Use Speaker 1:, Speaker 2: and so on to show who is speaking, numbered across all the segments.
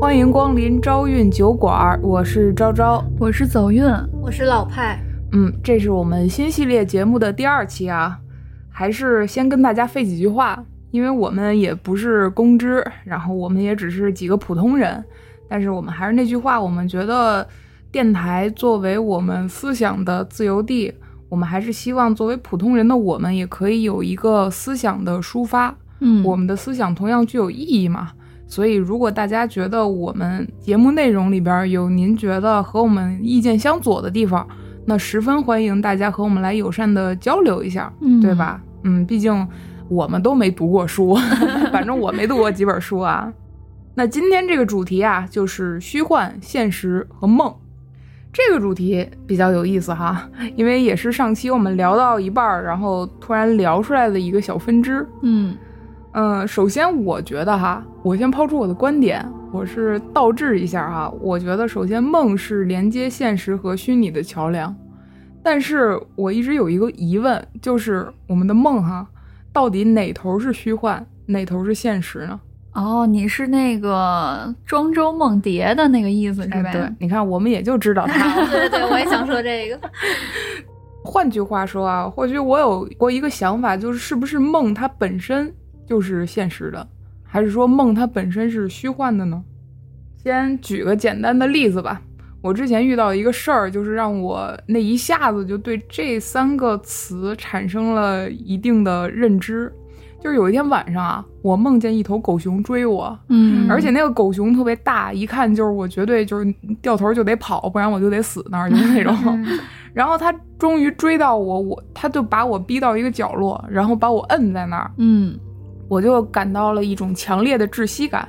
Speaker 1: 欢迎光临招运酒馆，我是昭昭。
Speaker 2: 我是走运，
Speaker 3: 我是老派，
Speaker 1: 嗯，这是我们新系列节目的第二期啊，还是先跟大家费几句话，因为我们也不是公知，然后我们也只是几个普通人，但是我们还是那句话，我们觉得电台作为我们思想的自由地，我们还是希望作为普通人的我们也可以有一个思想的抒发，
Speaker 2: 嗯
Speaker 1: 我们的思想同样具有意义嘛。所以，如果大家觉得我们节目内容里边有您觉得和我们意见相左的地方，那十分欢迎大家和我们来友善的交流一下，
Speaker 2: 嗯
Speaker 1: 对吧？嗯，毕竟我们都没读过书， 反正我没读过几本书啊。那今天这个主题啊，就是虚幻、现实和梦。这个主题比较有意思哈，因为也是上期我们聊到一半儿，然后突然聊出来的一个小分支。
Speaker 2: 嗯
Speaker 1: 嗯，首先我觉得哈，我先抛出我的观点，我是倒置一下哈。我觉得首先梦是连接现实和虚拟的桥梁，但是我一直有一个疑问，就是我们的梦哈，到底哪头是虚幻，哪头是现实呢？
Speaker 2: 哦，你是那个庄周梦蝶的那个意思是吧？
Speaker 1: 哎，对，你看我们也就知道它。
Speaker 3: 哦对对对，我也想说这个，
Speaker 1: 换句话说啊，或许我有过一个想法，就是是不是梦它本身就是现实的，还是说梦它本身是虚幻的呢？先举个简单的例子吧。我之前遇到一个事儿，就是让我那一下子就对这三个词产生了一定的认知。就是有一天晚上啊，我梦见一头狗熊追我，
Speaker 2: 嗯，
Speaker 1: 而且那个狗熊特别大，一看就是我绝对就是掉头就得跑，不然我就得死那儿，就是那种。
Speaker 2: 嗯
Speaker 1: 然后它终于追到我，我它就把我逼到一个角落，然后把我摁在那儿，
Speaker 2: 嗯
Speaker 1: 我就感到了一种强烈的窒息感。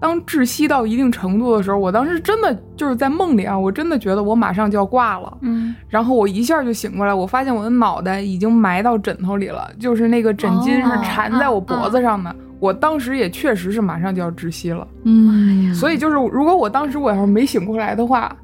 Speaker 1: 当窒息到一定程度的时候，我当时真的就是在梦里啊，我真的觉得我马上就要挂了。
Speaker 2: 嗯，
Speaker 1: 然后我一下就醒过来，我发现我的脑袋已经埋到枕头里了，就是那个枕巾
Speaker 2: 哦
Speaker 1: 是缠在我脖子上的。我当时也确实是马上就要窒息了，
Speaker 2: 嗯，
Speaker 1: 所以就是如果我当时我要是没醒过来的话，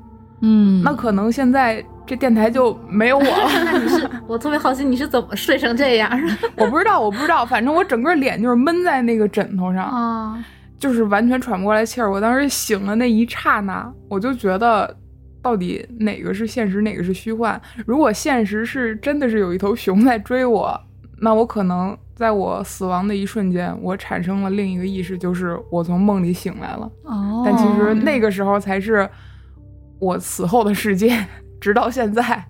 Speaker 2: 嗯，
Speaker 1: 那可能现在这电台就没有我了。
Speaker 3: 那你是 我特别好奇你是怎么睡成这样的？
Speaker 1: 我不知道，我不知道，反正我整个脸就是闷在那个枕头上，
Speaker 2: 啊，
Speaker 1: 就是完全喘不过来气儿。我当时醒了那一刹那，我就觉得。到底哪个是现实，哪个是虚幻？如果现实是真的是有一头熊在追我，那我可能在我死亡的一瞬间，我产生了另一个意识，就是我从梦里醒来了。
Speaker 2: 哦，
Speaker 1: 但其实那个时候才是我死后的世界， 直到现在。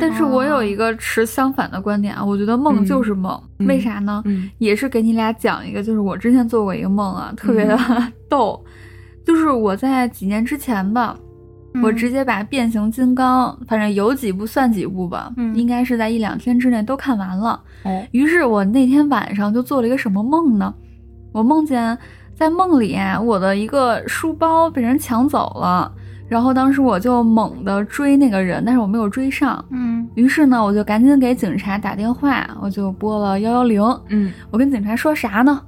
Speaker 2: 但是我有一个持相反的观点啊，我觉得梦就是梦，
Speaker 1: 哦嗯
Speaker 2: 为啥呢？
Speaker 1: 嗯
Speaker 2: 也是给你俩讲一个，就是我之前做过一个梦啊，特别的 逗，就是我在几年之前吧，我直接把《变形金刚》，反正有几部算几部吧，
Speaker 3: 嗯
Speaker 2: 应该是在一两天之内都看完了。
Speaker 1: 哦
Speaker 2: 于是我那天晚上就做了一个什么梦呢？我梦见在梦里啊我的一个书包被人抢走了，然后当时我就猛地追那个人，但是我没有追上。
Speaker 3: 嗯
Speaker 2: 于是呢，我就赶紧给警察打电话，我就拨了幺幺零。
Speaker 1: 嗯
Speaker 2: 我跟警察说啥呢？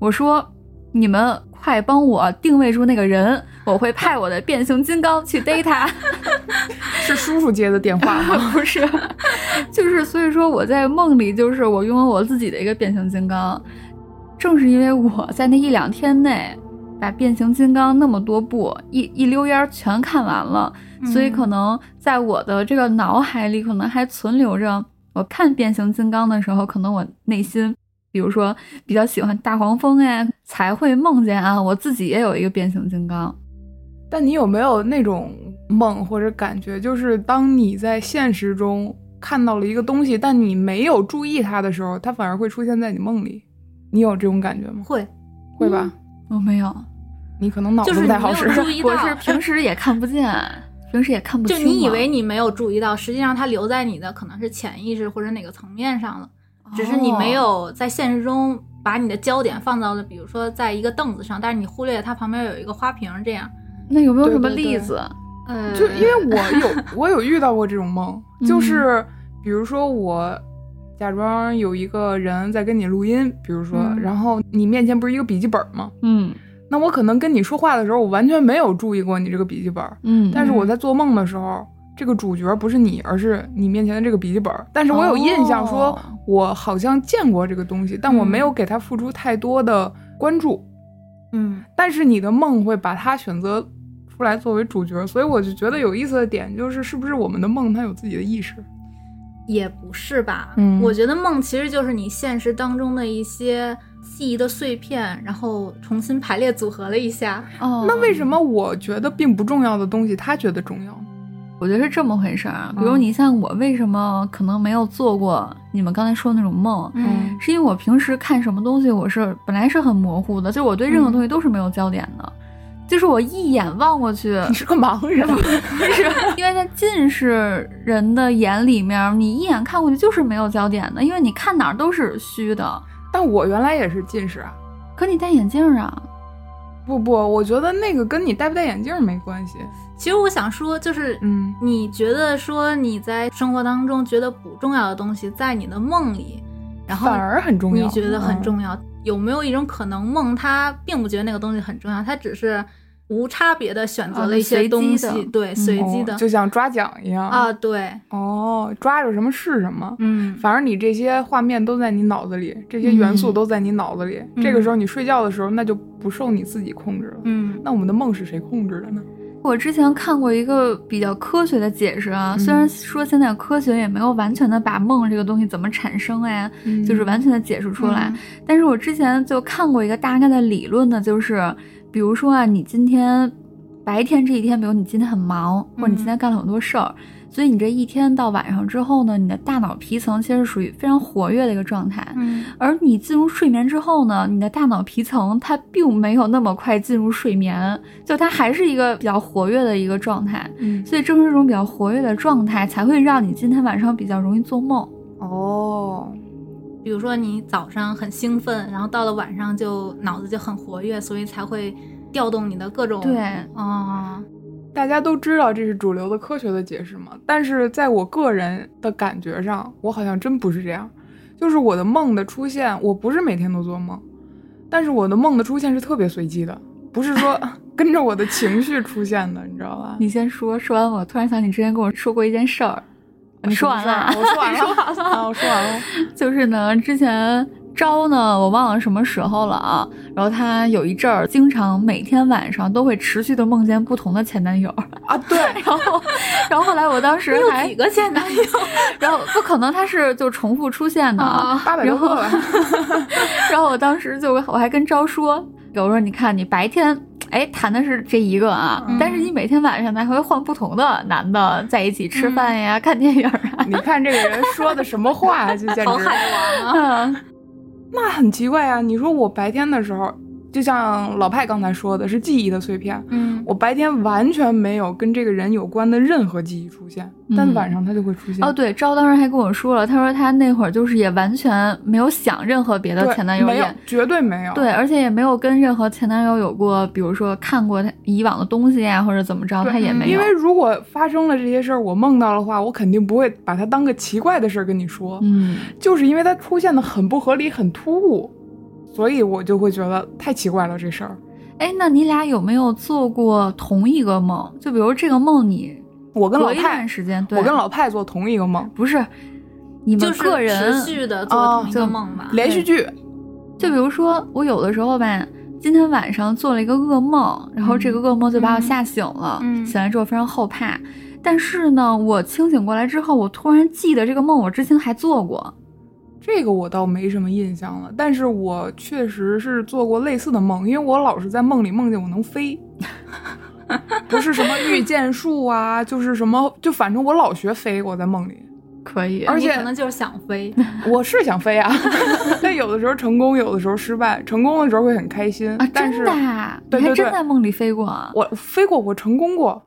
Speaker 2: 我说你们快帮我定位住那个人，我会派我的变形金刚去逮他。
Speaker 1: 是叔叔接的电话 吗？
Speaker 2: 不是， 就是所以说我在梦里，就是我拥有我自己的一个变形金刚。正是因为我在那一两天内把变形金刚那么多部一一溜烟儿全看完了，所以可
Speaker 3: 嗯
Speaker 2: 能在我的这个脑海里，可能还存留着我看变形金刚的时候，可能我内心。比如说，比较喜欢大黄蜂哎，才会梦见啊，我自己也有一个变形金刚。
Speaker 1: 但你有没有那种梦或者感觉，就是当你在现实中看到了一个东西，但你没有注意它的时候，它反而会出现在你梦里？你有这种感觉吗？
Speaker 3: 会，
Speaker 1: 会吧？
Speaker 2: 我没有，
Speaker 1: 你可能脑子
Speaker 3: 嗯就是
Speaker 1: 不
Speaker 3: 你
Speaker 1: 太
Speaker 3: 没
Speaker 1: 好使
Speaker 3: 有。注意到
Speaker 2: 我，是平时也看不见，平时也看不
Speaker 3: 就
Speaker 2: 清嘛。
Speaker 3: 你以为你没有注意到，实际上它留在你的可能是潜意识或者哪个层面上了，只是你没
Speaker 2: 哦，
Speaker 3: 有在现实中把你的焦点放到了，比如说在一个凳子上，但是你忽略了它旁边有一个花瓶这样。
Speaker 2: 那有没有
Speaker 1: 对
Speaker 2: 什么
Speaker 1: 对
Speaker 2: 例
Speaker 1: 对
Speaker 2: 子？嗯
Speaker 3: 呃，
Speaker 1: 就因为我 有我有遇到过这种梦，就是比如说我假装有一个人在跟你录音，比如说，
Speaker 2: 嗯
Speaker 1: 然后你面前不是一个笔记本吗？
Speaker 2: 嗯
Speaker 1: 那我可能跟你说话的时候，我完全没有注意过你这个笔记本，
Speaker 2: 嗯
Speaker 1: 但是我在做梦的时候，这个主角不是你，而是你面前的这个笔记本。但是我有印象说
Speaker 2: 哦，嗯
Speaker 1: 我好像见过这个东西，但我没有给它付出太多的关注。
Speaker 3: 嗯
Speaker 1: 但是你的梦会把它选择出来作为主角，所以我就觉得有意思的点就是，是不是我们的梦它有自己的意识？
Speaker 3: 也不是吧，
Speaker 1: 嗯
Speaker 3: 我觉得梦其实就是你现实当中的一些记忆的碎片，然后重新排列组合了一下。
Speaker 2: 哦，
Speaker 1: 那为什么我觉得并不重要的东西，他觉得重要呢？
Speaker 2: 我觉得是这么回事儿。啊比如
Speaker 1: 嗯
Speaker 2: 你像我，为什么可能没有做过你们刚才说的那种梦？
Speaker 1: 嗯
Speaker 2: 是因为我平时看什么东西，我是本来是很模糊的，就是我对任何
Speaker 1: 嗯
Speaker 2: 东西都是没有焦点的，就是我一眼望过去，
Speaker 1: 你是个盲人，啊
Speaker 2: 不是 因为在近视人的眼里面，你一眼看过去就是没有焦点的，因为你看哪儿都是虚的。
Speaker 1: 但我原来也是近视啊。
Speaker 2: 可你戴眼镜儿啊，
Speaker 1: 不不，我觉得那个跟你戴不戴眼镜没关系。
Speaker 3: 其实我想说，就是
Speaker 1: 嗯
Speaker 3: 你觉得说你在生活当中觉得不重要的东西，在你的梦里，然后
Speaker 1: 反而很重要
Speaker 3: 你觉得很重要。有没有一种可能，梦他并不觉得那个东西很重要，他只是无差别的选择
Speaker 2: 啊
Speaker 3: 了一些
Speaker 2: 随机
Speaker 3: 东西，
Speaker 2: 的
Speaker 3: 对，
Speaker 2: 嗯
Speaker 3: 随机
Speaker 1: 哦
Speaker 3: 的、
Speaker 1: 就像抓奖一样
Speaker 3: 啊，。对，
Speaker 1: 哦，抓着什么是什么。
Speaker 3: 嗯，
Speaker 1: 反正你这些画面都在你脑子里，这些元素都在你脑子里。
Speaker 3: 嗯
Speaker 1: 这个时候你睡觉的时候，那就不受你自己控制了。
Speaker 3: 嗯
Speaker 1: 那我们的梦是谁控制的呢？
Speaker 2: 我之前看过一个比较科学的解释啊，
Speaker 1: 嗯
Speaker 2: 虽然说现在科学也没有完全的把梦这个东西怎么产生哎，
Speaker 1: 嗯
Speaker 2: 就是完全的解释出来，
Speaker 3: 嗯
Speaker 2: 但是我之前就看过一个大概的理论呢，就是比如说啊，你今天白天这一天，比如你今天很忙，或者你今天干了很多事儿，所以你这一天到晚上之后呢，你的大脑皮层其实属于非常活跃的一个状态。
Speaker 3: 嗯
Speaker 2: 而你进入睡眠之后呢，你的大脑皮层它并没有那么快进入睡眠，就它还是一个比较活跃的一个状态。
Speaker 1: 嗯
Speaker 2: 所以正是这种比较活跃的状态，才会让你今天晚上比较容易做梦。
Speaker 1: 哦，
Speaker 3: 比如说你早上很兴奋，然后到了晚上就脑子就很活跃，所以才会调动你的各种
Speaker 2: 对，
Speaker 3: 哦，
Speaker 1: 大家都知道这是主流的科学的解释嘛，但是在我个人的感觉上，我好像真不是这样。就是我的梦的出现，我不是每天都做梦，但是我的梦的出现是特别随机的，不是 说跟着我的情绪出现的，你知道吧？
Speaker 2: 你先说，说完我突然想起之前跟我说过一件事儿，你说完了啊
Speaker 1: 什？么事儿我说完 了，啊我说完了。
Speaker 2: 就是呢，之前招呢，我忘了什么时候了啊。然后她有一阵儿，经常每天晚上都会持续的梦见不同的前男友。
Speaker 1: 啊，对，
Speaker 2: 然后，然后后来我当时
Speaker 3: 有
Speaker 2: 还
Speaker 3: 几，个前男友
Speaker 2: 然后不可能他是就重复出现的啊。
Speaker 3: 啊？
Speaker 1: 八百多
Speaker 2: 然
Speaker 1: 个
Speaker 2: 后
Speaker 1: 吧。，
Speaker 2: 然后我当时就我还跟招说，我说你看你白天。哎，谈的是这一个啊，
Speaker 1: 嗯
Speaker 2: 但是你每天晚上呢还会换不同的男的在一起吃饭呀、
Speaker 1: 嗯
Speaker 2: 看电影啊，
Speaker 1: 你看这个人说的什么话啊，就简
Speaker 3: 好
Speaker 1: 直
Speaker 3: 海王啊！
Speaker 2: 嗯，
Speaker 1: 那很奇怪啊！你说我白天的时候，就像老派刚才说的，是记忆的碎片，
Speaker 3: 嗯，
Speaker 1: 我白天完全没有跟这个人有关的任何记忆出现，但
Speaker 2: 嗯
Speaker 1: 晚上他就会出现。
Speaker 2: 哦，对，赵当时还跟我说了，他说他那会儿就是也完全没有想任何别的
Speaker 1: 对，
Speaker 2: 前男友
Speaker 1: 没有
Speaker 2: 也，
Speaker 1: 绝对没有。
Speaker 2: 对，而且也没有跟任何前男友有过，比如说看过他以往的东西呀，或者怎么着，
Speaker 1: 对
Speaker 2: 他也没
Speaker 1: 因
Speaker 2: 有。
Speaker 1: 为如果发生了这些事儿，我梦到的话，我肯定不会把它当个奇怪的事儿跟你说，
Speaker 2: 嗯，
Speaker 1: 就是因为它出现的很不合理、很突兀，所以我就会觉得太奇怪了这事儿。
Speaker 2: 哎，那你俩有没有做过同一个梦？就比如这个梦你
Speaker 1: 我跟老
Speaker 2: 隔一
Speaker 1: 派
Speaker 2: 段，时间，对，啊
Speaker 1: 我跟老派做同一个梦，
Speaker 2: 不是你
Speaker 3: 就
Speaker 2: 们
Speaker 3: 是
Speaker 2: 个人
Speaker 3: 持续的做
Speaker 1: 哦
Speaker 3: 同一个
Speaker 2: 就
Speaker 3: 梦吧。
Speaker 1: 连续剧，
Speaker 2: 就比如说，我有的时候吧，今天晚上做了一个噩梦，然后这个
Speaker 1: 嗯
Speaker 2: 噩梦就把我吓醒了，
Speaker 3: 嗯嗯
Speaker 2: 醒来之后非常后怕。但是呢，我清醒过来之后，我突然记得这个梦我之前还做过。
Speaker 1: 这个我倒没什么印象了，但是我确实是做过类似的梦，因为我老是在梦里梦见我能飞，不是什么御剑术啊，就是什么，就反正我老学飞，我在梦里，
Speaker 2: 可以，
Speaker 1: 而
Speaker 3: 你
Speaker 1: 且
Speaker 3: 可能就是想飞，
Speaker 1: 我是想飞啊， 但有的时候成功，有的时候失败，成功的时候会很开心，
Speaker 2: 啊，
Speaker 1: 但
Speaker 2: 真
Speaker 1: 是
Speaker 2: 的啊，
Speaker 1: 对
Speaker 2: 你还
Speaker 1: 对
Speaker 2: 真
Speaker 1: 对
Speaker 2: 在梦里飞过啊？
Speaker 1: 我飞过，我成功过，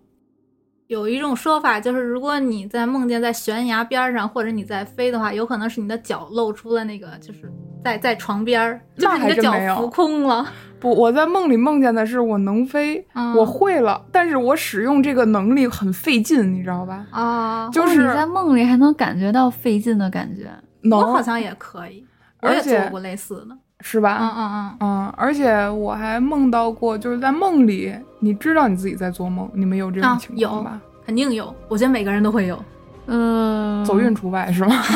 Speaker 3: 有一种说法就是，如果你在梦见在悬崖边上，或者你在飞的话，有可能是你的脚露出了那个，就是在在床边儿，就
Speaker 1: 那
Speaker 3: 是你
Speaker 1: 还
Speaker 3: 的
Speaker 1: 真
Speaker 3: 脚
Speaker 1: 没有
Speaker 3: 浮空了。
Speaker 1: 不，我在梦里梦见的是我能飞，
Speaker 3: 嗯
Speaker 1: 我会了，但是我使用这个能力很费劲，你知道吧？
Speaker 3: 啊，
Speaker 1: 就
Speaker 2: 哇
Speaker 1: 是
Speaker 2: 哦你在梦里还能感觉到费劲的感觉。
Speaker 1: 能
Speaker 3: 我好像也可以，我
Speaker 1: 而
Speaker 3: 也
Speaker 1: 且
Speaker 3: 做过类似的。
Speaker 1: 是吧？
Speaker 3: 嗯嗯
Speaker 1: 嗯，而且我还梦到过，就是在梦里，你知道你自己在做梦，你们有这种
Speaker 3: 啊
Speaker 1: 情况吧？
Speaker 3: 嗯，肯定有，我觉得每个人都会有。
Speaker 2: 嗯，
Speaker 1: 呃走运除外是 吗？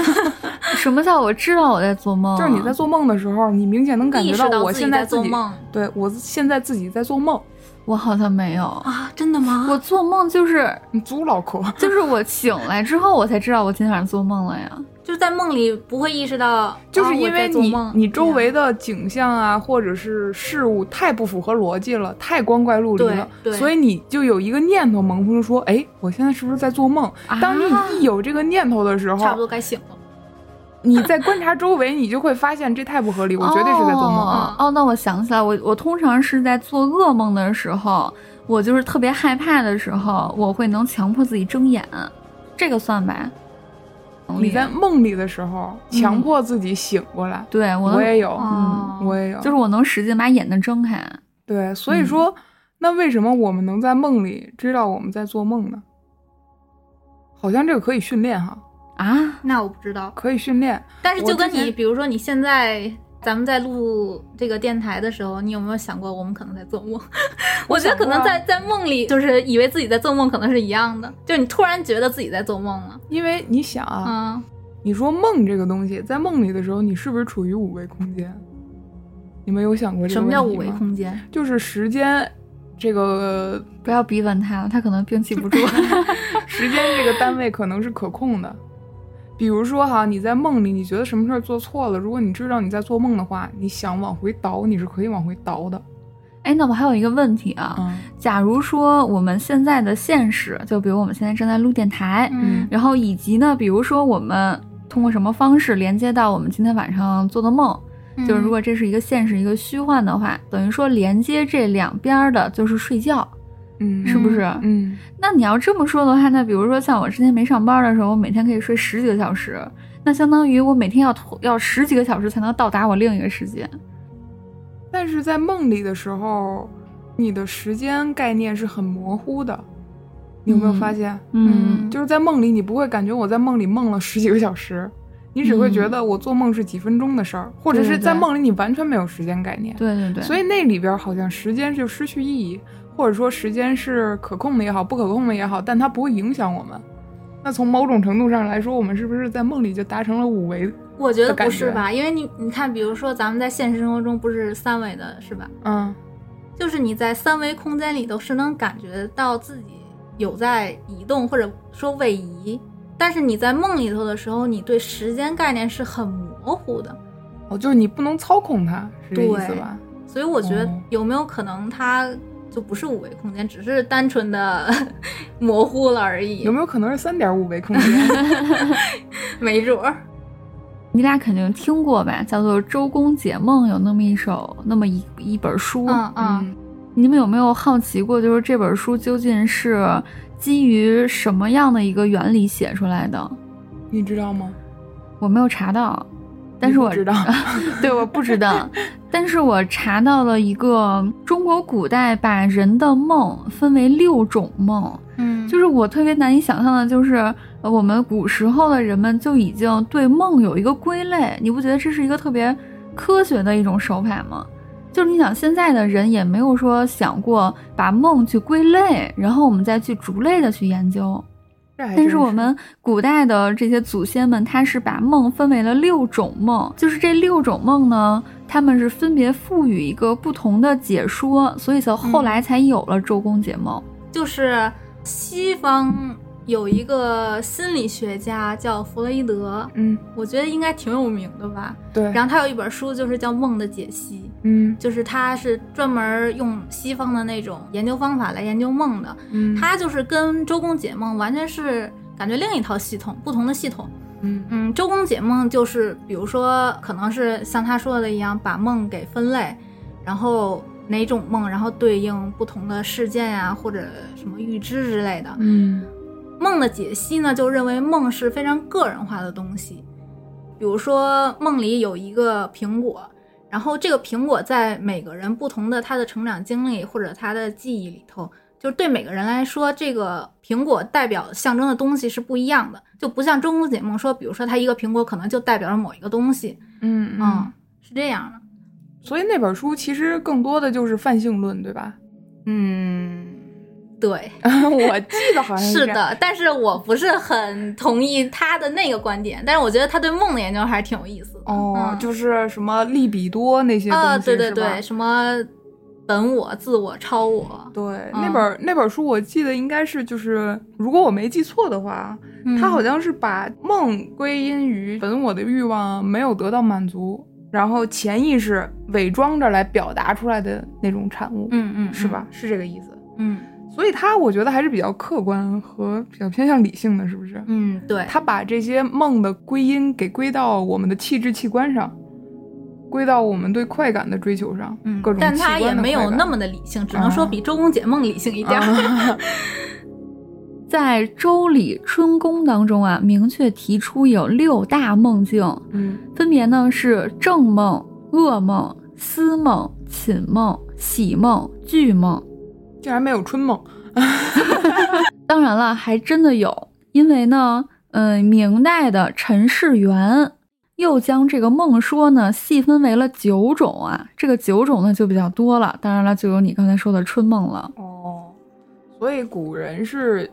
Speaker 2: 什么叫我知道我在做梦啊？
Speaker 1: 就是你在做梦的时候，你明显能感
Speaker 3: 意
Speaker 1: 觉
Speaker 3: 识到
Speaker 1: 我
Speaker 3: 自
Speaker 1: 现
Speaker 3: 己在
Speaker 1: 在
Speaker 3: 做
Speaker 1: 自己，
Speaker 3: 梦
Speaker 1: 对我现在自己在做梦，
Speaker 2: 我好像没有，
Speaker 3: 啊？真的吗？
Speaker 2: 我做梦就是
Speaker 1: 你足脑壳。
Speaker 3: 啊
Speaker 2: 就是我醒来之后，我才知道我今天晚上做梦了呀。
Speaker 3: 就是在梦里不会意识到，
Speaker 1: 就是
Speaker 3: 啊
Speaker 1: 因为
Speaker 3: 我在做
Speaker 1: 你、
Speaker 3: 梦
Speaker 1: 你周
Speaker 3: 对
Speaker 1: 围的景象啊，或者是事物太不符合逻辑了，太光怪陆离了，
Speaker 3: 对对
Speaker 1: 所以你就有一个念头萌出说，哎，我现在是不是在做梦？
Speaker 2: 啊
Speaker 1: 当你一有这个念头的时
Speaker 3: 差不
Speaker 1: 候，
Speaker 3: 多该醒了。
Speaker 1: 你在观察周围，你就会发现这太不合理，我绝对是在做梦。
Speaker 2: 哦哦，那我想起来，我我通常是在做噩梦的时候，我就是特别害怕的时候，我会能强迫自己睁眼，这个算吧？
Speaker 1: 嗯
Speaker 2: 能力啊
Speaker 1: 你在梦里的时候，强迫自己醒过来，
Speaker 2: 对我能
Speaker 1: 我也有，
Speaker 3: 嗯哦
Speaker 1: 嗯我也有，
Speaker 2: 就是我能使劲把眼睛睁开。
Speaker 1: 对，所
Speaker 3: 嗯
Speaker 1: 以说。那为什么我们能在梦里知道我们在做梦呢？好像这个可以训练哈，
Speaker 2: 啊，
Speaker 3: 那我不知道，
Speaker 1: 可以训练。
Speaker 3: 但是
Speaker 1: 我
Speaker 3: 就跟
Speaker 1: 之前
Speaker 3: 你，比如说你现在咱们在录这个电台的时候，你有没有想过我们可能在 做梦？我觉
Speaker 1: 想
Speaker 3: 得可
Speaker 1: 过
Speaker 3: 能
Speaker 1: 啊
Speaker 3: 在在梦里，就是以为自己在做梦，可能是一样的，就你突然觉得自己在做梦了。
Speaker 1: 因为你想啊，
Speaker 3: 嗯，
Speaker 1: 你说梦这个东西，在梦里的时候，你是不是处于五维空间？你们有想过这个
Speaker 3: 什
Speaker 1: 问
Speaker 3: 么
Speaker 1: 题
Speaker 3: 叫五维
Speaker 1: 吗？
Speaker 3: 空间？
Speaker 1: 就是时间这个
Speaker 2: 不要逼问他了，他可能并 记不住。
Speaker 1: 时间这个单位可能是可控的。比如说哈，你在梦里，你觉得什么事儿做错了，如果你知道你在做梦的话，你想往回倒，你是可以往回倒的。
Speaker 2: 哎，那我还有一个问题啊，
Speaker 1: 嗯，
Speaker 2: 假如说我们现在的现实，就比如我们现在正在录电台，
Speaker 1: 嗯
Speaker 2: 然后以及呢，比如说我们通过什么方式连接到我们今天晚上做的梦，
Speaker 3: 嗯
Speaker 2: 就是如果这是一个现实一个虚幻的话，等于说连接这两边儿的就是睡觉，
Speaker 1: 嗯，
Speaker 2: 是不是？
Speaker 1: 嗯，
Speaker 2: 那你要这么说的话，那比如说像我之前没上班的时候，我每天可以睡十几个小时，那相当于我每天要投要十几个小时才能到达我另一个世界。
Speaker 1: 但是在梦里的时候，你的时间概念是很模糊的，你有没有发现？
Speaker 2: 嗯，
Speaker 1: 就是在梦里，你不会感觉我在梦里梦了十几个小时，你只会觉得我做梦是几分钟的事儿，或者
Speaker 2: 嗯对
Speaker 1: 是
Speaker 2: 对
Speaker 1: 在
Speaker 2: 对
Speaker 1: 梦里你完全没有时间概念。
Speaker 2: 对对对，
Speaker 1: 所以那里边好像时间就失去意义，或者说时间是可控的也好，不可控的也好，但它不会影响我们。那从某种程度上来说，我们是不是在梦里就达成了五维？
Speaker 3: 我觉得
Speaker 1: 的感
Speaker 3: 不是
Speaker 1: 觉
Speaker 3: 吧？因为你你看，比如说咱们在现实生活中不是三维的，是吧？
Speaker 1: 嗯，
Speaker 3: 就是你在三维空间里头是能感觉到自己有在移动或者说位移，但是你在梦里头的时候，你对时间概念是很模糊的。
Speaker 1: 哦，就是你不能操控它，是这意思
Speaker 3: 对
Speaker 1: 吧？
Speaker 3: 所以我觉得
Speaker 1: 哦
Speaker 3: 有没有可能它就不是五维空间，只是单纯的 模糊了而已
Speaker 1: 有，没有可能是三点五维空间？
Speaker 3: 没准儿。
Speaker 2: 你俩肯定听过吧，叫做《周公解梦》，有那么一首，那么一一本书。
Speaker 3: 嗯嗯，
Speaker 1: 嗯，
Speaker 2: 你们有没有好奇过，就是这本书究竟是基于什么样的一个原理写出来的？
Speaker 1: 你知道吗？
Speaker 2: 我没有查到，但是
Speaker 1: 你不
Speaker 2: 我
Speaker 1: 知道
Speaker 2: 对，我不知 道，但是我查到了一个中国古代把人的梦分为六种梦，
Speaker 3: 嗯
Speaker 2: 就是我特别难以想象的，就是呃我们古时候的人们就已经对梦有一个归类，你不觉得这是一个特别科学的一种手法吗？就是你想，现在的人也没有说想过把梦去归类，然后我们再去逐类的去研究。
Speaker 1: 这还
Speaker 2: 但
Speaker 1: 真
Speaker 2: 是
Speaker 1: 是
Speaker 2: 我们古代的这些祖先们，他是把梦分为了六种梦，就是这六种梦呢，他们是分别赋予一个不同的解说，所以才后来才有了周公解梦。
Speaker 3: 就是西方有一个心理学家叫弗洛伊德，
Speaker 1: 嗯，
Speaker 3: 我觉得应该挺有名的吧。
Speaker 1: 对，
Speaker 3: 然后他有一本书就是叫《梦的解析》。
Speaker 1: 嗯
Speaker 3: 就是他是专门用西方的那种研究方法来研究梦的，
Speaker 1: 嗯，
Speaker 3: 他就是跟周公解梦完全是感觉另一套系统，不同的系统。
Speaker 1: 嗯
Speaker 3: 嗯，周公解梦就是，比如说，可能是像他说的一样，把梦给分类，然后哪种梦，然后对应不同的事件呀、或者什么预知之类的。
Speaker 1: 嗯
Speaker 3: 梦的解析呢，就认为梦是非常个人化的东西。比如说，梦里有一个苹果，然后这个苹果在每个人不同的他的成长经历或者他的记忆里头，就是对每个人来说，这个苹果代表象征的东西是不一样的，就不像周公解梦说，比如说它一个苹果可能就代表着某一个东西，
Speaker 1: 嗯
Speaker 3: 嗯，，是这样的，
Speaker 1: 所以那本书其实更多的就是泛性论，对吧？
Speaker 3: 嗯，对，
Speaker 1: 我记得好像
Speaker 3: 是
Speaker 1: 这样，
Speaker 3: 的，但是我不是很同意他的那个观点，但是我觉得他对梦的研究还是挺有意思的。
Speaker 1: 哦，
Speaker 3: 嗯
Speaker 1: 就是什么利比多那些东西，
Speaker 3: 啊，对对
Speaker 1: 是吧
Speaker 3: 对，什么本我、自我、超我，
Speaker 1: 对，那本、那本书我记得应该是就是，如果我没记错的话，他好
Speaker 3: 像
Speaker 1: 像是把梦归因于本我的欲望没有得到满足，然后潜意识伪装着来表达出来的那种产物，
Speaker 3: 嗯嗯
Speaker 1: 是吧？？是这个意思。
Speaker 3: 嗯
Speaker 1: 所以他我觉得还是比较客观和比较偏向理性的，是不是？
Speaker 3: 嗯，对，
Speaker 1: 他把这些梦的归因给归到我们的气质器官上，归到我们对快感的追求上，
Speaker 3: 嗯啊
Speaker 1: 各种
Speaker 3: 但他
Speaker 1: 器
Speaker 3: 也
Speaker 1: 官的
Speaker 3: 没有
Speaker 1: 快感
Speaker 3: 那么的理性，只能说比周公解梦理性一点儿。
Speaker 1: 啊
Speaker 2: 在《周礼春宫》当中啊，明确提出有六大梦境，
Speaker 1: 嗯。
Speaker 2: 分别呢是正梦、噩梦、思梦、寝梦、喜梦、惧梦。
Speaker 1: 竟然没有春梦，
Speaker 2: 当然了，还真的有，因为呢，嗯、明代的陈士元又将这个梦说呢细分为了九种啊，这个九种呢就比较多了，当然了，就有你刚才说的春梦
Speaker 3: 嗯
Speaker 2: 了。
Speaker 1: 哦，所以古人是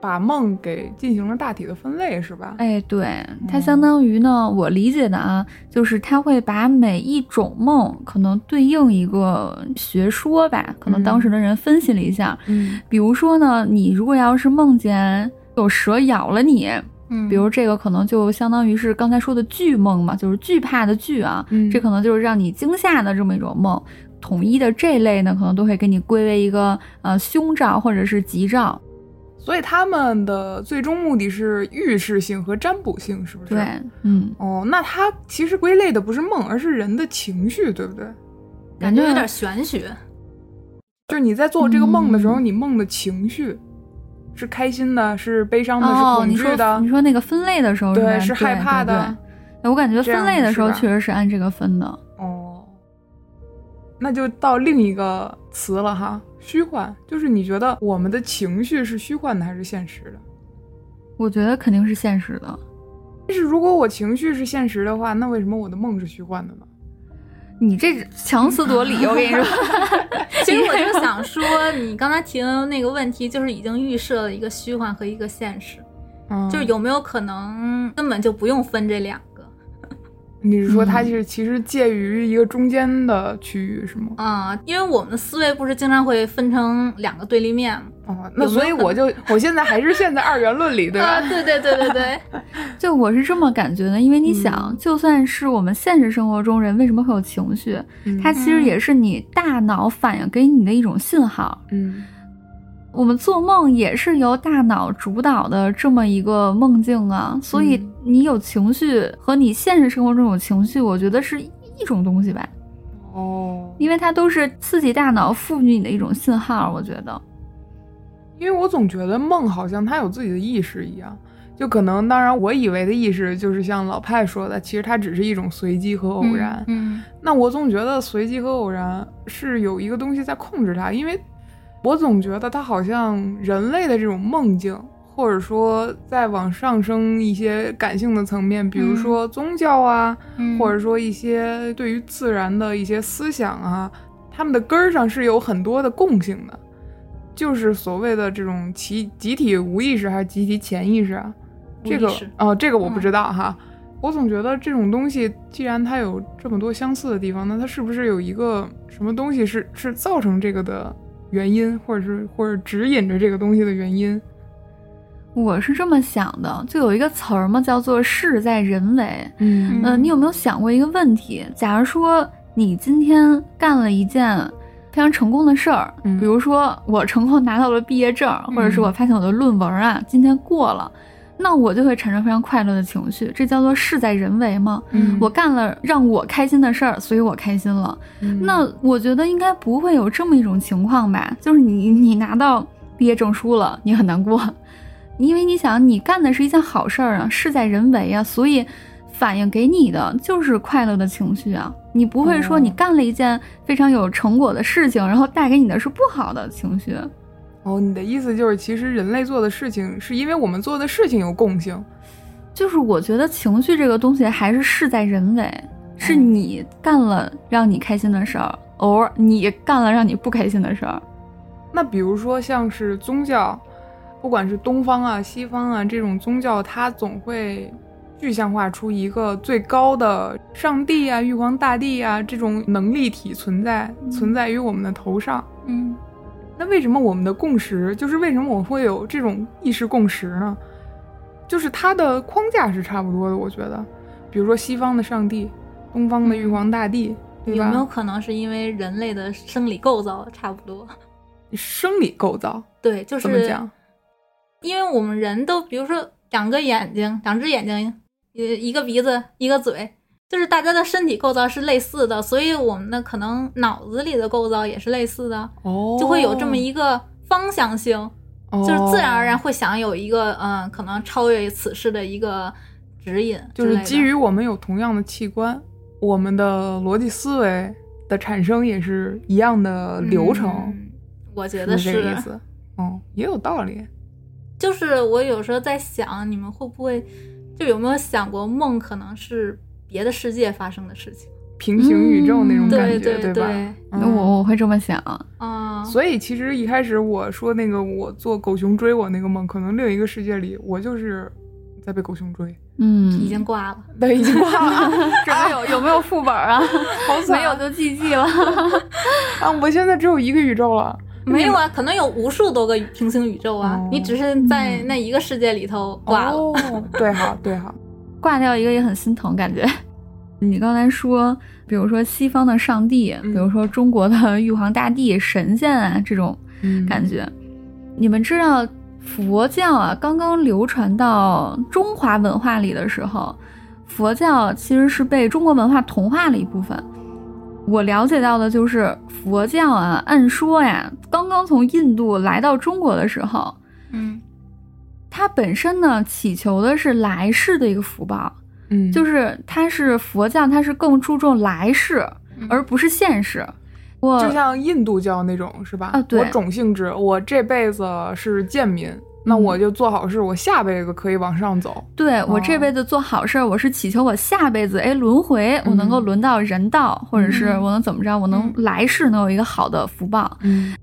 Speaker 1: 把梦给进行了大体的分类，是吧？
Speaker 2: 哎，对，它相当于呢，我理解的啊，就是它会把每一种梦可能对应一个学说吧，可能当时的人分析了一下，
Speaker 1: 嗯，
Speaker 2: 比如说呢，你如果要是梦见有蛇咬了你，
Speaker 3: 嗯
Speaker 2: 比如这个可能就相当于是刚才说的惧梦嘛，就是惧怕的惧啊，
Speaker 1: 嗯
Speaker 2: 这可能就是让你惊吓的这么一种梦。统一的这类呢，可能都会给你归为一个呃凶兆或者是吉兆。
Speaker 1: 所以他们的最终目的是预示性和占卜性，是不是？
Speaker 2: 对，嗯，
Speaker 1: 哦，那它其实归类的不是梦，而是人的情绪，对不对？
Speaker 3: 感觉有
Speaker 2: 人家
Speaker 3: 点 玄学。
Speaker 1: 就是你在做这个梦的时候，
Speaker 2: 嗯
Speaker 1: 你梦的情绪是开心的，是悲伤的，
Speaker 2: 哦，
Speaker 1: 是恐
Speaker 2: 你
Speaker 1: 惧
Speaker 2: 说
Speaker 1: 的
Speaker 2: 你，说那个分类的时候吧
Speaker 1: 对，是
Speaker 2: 对
Speaker 1: 害怕
Speaker 2: 对
Speaker 1: 的。
Speaker 2: 对我感觉
Speaker 1: 这样
Speaker 2: 分类的时候
Speaker 1: 是吧
Speaker 2: 确实是按这个分的。
Speaker 1: 哦，那就到另一个词了哈，虚幻，就是你觉得我们的情绪是虚幻的还是现实的？
Speaker 2: 我觉得肯定是现实的。
Speaker 1: 但是如果我情绪是现实的话，那为什么我的梦是虚幻的呢？
Speaker 2: 你这强词夺理，我跟你说。
Speaker 3: 其实我就想说，你刚才提的那个问题，就是已经预设了一个虚幻和一个现实，
Speaker 1: 嗯，
Speaker 3: 就是有没有可能根本就不用分这两个
Speaker 1: 你是说它
Speaker 2: 嗯
Speaker 1: 就是其实介于一个中间的区域是吗？
Speaker 3: 啊、因为我们的思维不是经常会分成两个对立面吗？
Speaker 1: 哦，那
Speaker 3: 有没
Speaker 1: 所以
Speaker 3: 有可
Speaker 1: 我就我现在还是陷在二元论里，对吧？
Speaker 3: 啊，
Speaker 2: 呃
Speaker 3: 对对对对对，
Speaker 2: 就我是这么感觉的，因为你想，
Speaker 1: 嗯
Speaker 2: 就算是我们现实生活中人为什么会有情绪，
Speaker 1: 嗯
Speaker 2: 它其实也是你大脑反应给你的一种信号。
Speaker 1: 嗯
Speaker 2: 我们做梦也是由大脑主导的这么一个梦境啊，所以
Speaker 1: 嗯
Speaker 2: 你有情绪和你现实生活中有情绪，我觉得是一种东西吧，
Speaker 1: 哦，
Speaker 2: 因为它都是刺激大脑赋予你的一种信号，我觉得。
Speaker 1: 因为我总觉得梦好像它有自己的意识一样，就可能当然我以为的意识就是像老派说的，其实它只是一种随机 和偶然。
Speaker 3: 嗯，
Speaker 1: 那我总觉得随机和偶然是有一个东西在控制它，因为我总觉得它好像人类的这种梦境，或者说再往上升一些感性的层面，比如
Speaker 3: 嗯
Speaker 1: 说宗教啊，
Speaker 3: 嗯
Speaker 1: 或者说一些对于自然的一些思想啊，他们的根儿上是有很多的共性的，就是所谓的这种集集体无意识还是集体潜意识啊，
Speaker 3: 无
Speaker 1: 这个
Speaker 3: 意识嗯
Speaker 1: 哦、这个我不知道哈。我总觉得这种东西，既然它有这么多相似的地方，那它是不是有一个什么东西是是造成这个的原因，或者是或者指引着这个东西的原因？
Speaker 2: 我是这么想的，就有一个词儿嘛，叫做“事在人为”。
Speaker 1: 嗯
Speaker 3: 呃
Speaker 2: 嗯，你有没有想过一个问题？假如说你今天干了一件非常成功的事儿，
Speaker 1: 嗯
Speaker 2: 比如说我成功拿到了毕业证，或者是我发现我的论文啊、今天过了，那我就会产生非常快乐的情绪，这叫做事在人为吗？
Speaker 1: 嗯
Speaker 2: 我干了让我开心的事儿，所以我开心了。
Speaker 1: 嗯
Speaker 2: 那我觉得应该不会有这么一种情况吧？就是你你拿到毕业证书了，你很难过， 因为你想你干的是一件好事儿啊，事在人为啊，所以反映给你的就是快乐的情绪啊。你不会说
Speaker 1: 哦
Speaker 2: 你干了一件非常有成果的事情，然后带给你的是不好的情绪。
Speaker 1: 哦，你的意思就是，其实人类做的事情是因为我们做的事情有共性，
Speaker 2: 就是我觉得情绪这个东西还是事在人为，是
Speaker 1: 嗯
Speaker 2: 你干了让你开心的事儿，偶尔你干了让你不开心的事儿。
Speaker 1: 那比如说像是宗教，不管是东方啊、西方啊这种宗教，它总会具象化出一个最高的上帝啊、玉皇大帝啊这种能力体存在，存在于我们的头上。
Speaker 3: 嗯
Speaker 1: 那为什么我们的共识就是为什么我会有这种意识共识呢？就是它的框架是差不多的，我觉得。比如说西方的上帝，东方的玉皇大帝，对
Speaker 3: 嗯有
Speaker 1: 吧？
Speaker 3: 没有可能是因为人类的生理构造差不多？
Speaker 1: 生理构造
Speaker 3: 对，就
Speaker 1: 怎么
Speaker 3: 是
Speaker 1: 讲？
Speaker 3: 因为我们人都，比如说两个眼睛、两只眼睛，呃，一个鼻子、一个嘴，就是大家的身体构造是类似的，所以我们的可能脑子里的构造也是类似的，
Speaker 1: 哦，哦
Speaker 3: 就会有这么，一个方向性，就是自然而然，会想有一个嗯，可能超越此世的一个指引之
Speaker 1: 就
Speaker 3: 类的，
Speaker 1: 是基于我们有同样的器官，我们的逻辑思维的产生也是一样的流程，
Speaker 3: 嗯我觉
Speaker 1: 是
Speaker 3: 得
Speaker 1: 不是这
Speaker 3: 是嗯
Speaker 1: 个意思。哦，也有道理。
Speaker 3: 就是我有时候在想，你们会不会就有没有想过梦可能是别的世界发生的事情？
Speaker 1: 平行宇宙那种
Speaker 2: 嗯
Speaker 1: 感觉，
Speaker 3: 对对
Speaker 1: 吧？
Speaker 3: 对
Speaker 1: 嗯
Speaker 2: 那我我会这么想，
Speaker 3: 啊，
Speaker 1: 所以其实一开始我说那个我做狗熊追我那个梦，可能另一个世界里我就是在被狗熊追，
Speaker 2: 嗯，
Speaker 3: 已经挂了。
Speaker 1: 对，已经忘 了，
Speaker 2: 准
Speaker 3: 哎
Speaker 2: 备有有没有副本啊？
Speaker 1: 好惨
Speaker 2: 没有就记记 了。
Speaker 1: 啊！我现在只有一个宇宙了，
Speaker 3: 没有啊，可能有无数多个平行宇宙啊，
Speaker 1: 哦
Speaker 3: 你只是在那一个世界里头挂了。
Speaker 1: 哦，对哈，对哈，
Speaker 2: 挂掉一个也很心疼，感觉。你刚才说，比如说西方的上帝，
Speaker 1: 嗯
Speaker 2: 比如说中国的玉皇大帝、神仙啊这种
Speaker 1: 嗯
Speaker 2: 感觉，你们知道佛教啊刚刚流传到中华文化里的时候，佛教其实是被中国文化同化了一部分。我了解到的就是佛教啊，按说呀，刚刚从印度来到中国的时候，
Speaker 3: 嗯
Speaker 2: 它本身呢祈求的是来世的一个福报，
Speaker 1: 嗯，
Speaker 2: 就是它是佛教，它是更注重来世
Speaker 3: 嗯，
Speaker 2: 而不是现世。我
Speaker 1: 就像印度教那种是吧？
Speaker 2: 呃啊对
Speaker 1: 我种姓制，我这辈子是贱民，
Speaker 2: 嗯
Speaker 1: 那我就做好事，我下辈子可以往上走。
Speaker 2: 对我
Speaker 1: 哦
Speaker 2: 这辈子做好事儿，我是祈求我下辈子哎轮回，我能够
Speaker 1: 嗯
Speaker 2: 轮到人道，或者是
Speaker 3: 嗯
Speaker 2: 我能怎么着，我能
Speaker 3: 嗯
Speaker 2: 来世能有一个好的福报。
Speaker 1: 嗯，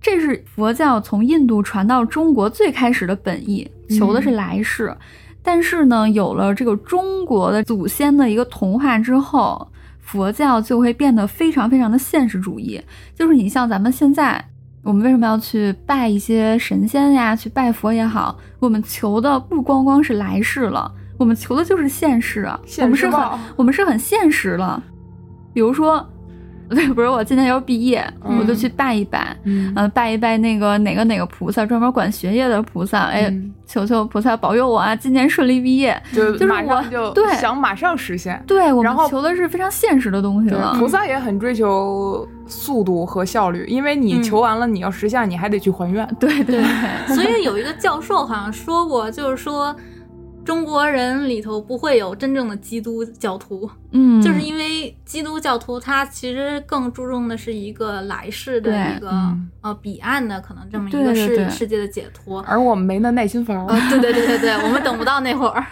Speaker 2: 这是佛教从印度传到中国最开始的本意，求的是
Speaker 1: 嗯
Speaker 2: 来世。但是呢，有了这个中国的祖先的一个同化之后，佛教就会变得非常非常的现实主义。就是你像咱们现在，我们为什么要去拜一些神仙呀，去拜佛也好，我们求的不光光是来世了，我们求的就是现世啊。我
Speaker 1: 现
Speaker 2: 们
Speaker 1: 实
Speaker 2: 是
Speaker 1: 报
Speaker 2: 很，我们是很现实了。比如说， 不是我今年要毕业，
Speaker 1: 嗯
Speaker 2: 我就去拜一拜。
Speaker 1: 嗯
Speaker 2: 呃，拜一拜那个哪个哪个菩萨，专门管学业的菩萨，哎，
Speaker 1: 嗯
Speaker 2: 求求菩萨保佑我啊，今年顺利毕业。
Speaker 1: 就
Speaker 2: 就是
Speaker 1: 马上
Speaker 2: 我
Speaker 1: 就
Speaker 2: 对
Speaker 1: 想马上实现。
Speaker 2: 对我
Speaker 1: 然
Speaker 2: 们
Speaker 1: 后
Speaker 2: 求的是非常现实的东西了
Speaker 1: 对，。菩萨也很追求速度和效率，因为你
Speaker 3: 嗯
Speaker 1: 求完了，你要实现，你还得去还愿。
Speaker 2: 对对对，
Speaker 3: 所以有一个教授好像说过，就是说中国人里头不会有真正的基督教徒，
Speaker 2: 嗯，
Speaker 3: 就是因为基督教徒他其实更注重的是一个来世的
Speaker 2: 对
Speaker 3: 一个、
Speaker 1: 嗯
Speaker 3: 呃彼岸的可能这么一
Speaker 2: 对
Speaker 3: 个
Speaker 2: 对
Speaker 3: 世
Speaker 2: 对
Speaker 3: 世界的解脱。
Speaker 1: 而我们没那耐心房，
Speaker 3: 啊，对对对对对，我们等不到那 会儿。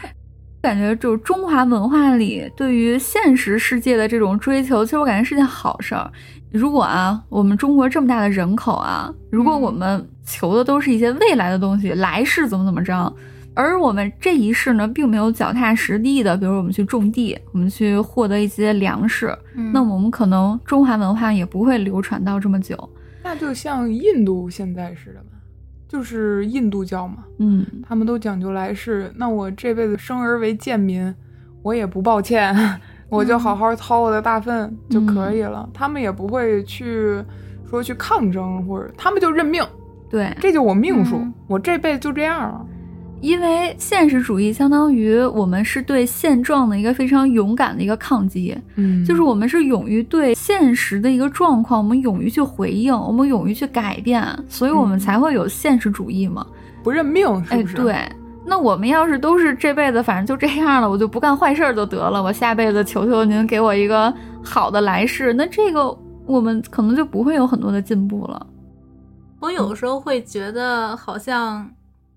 Speaker 2: 感觉就是中华文化里对于现实世界的这种追求，其实我感觉是件好事儿。如果啊，我们中国这么大的人口啊，如果
Speaker 3: 嗯
Speaker 2: 我们求的都是一些未来的东西，来世怎么怎么着，而我们这一世呢，并没有脚踏实地的，比如我们去种地，我们去获得一些粮食，
Speaker 3: 嗯
Speaker 2: 那我们可能中华文化也不会流传到这么久。
Speaker 1: 那就像印度现在似的吧，就是印度教嘛，
Speaker 2: 嗯，
Speaker 1: 他们都讲究来世。那我这辈子生而为贱民，我也不抱歉， 我就好好掏我的大粪就可以了。他们也不会去说去抗争，或者他们就认命，
Speaker 2: 对，
Speaker 1: 这就我命数，
Speaker 3: 嗯
Speaker 1: 我这辈子就这样了。
Speaker 2: 因为现实主义相当于我们是对现状的一个非常勇敢的一个抗击，
Speaker 1: 嗯
Speaker 2: 就是我们是勇于对现实的一个状况，我们勇于去回应，我们勇于去改变，所以我
Speaker 1: 嗯
Speaker 2: 们才会有现实主义嘛。
Speaker 1: 不认命，是
Speaker 2: 哎，
Speaker 1: 不是？
Speaker 2: 对。那我们要是都是这辈子反正就这样了，我就不干坏事儿就得了，我下辈子求求您给我一个好的来世，那这个我们可能就不会有很多的进步了。
Speaker 3: 我有时候会觉得，好像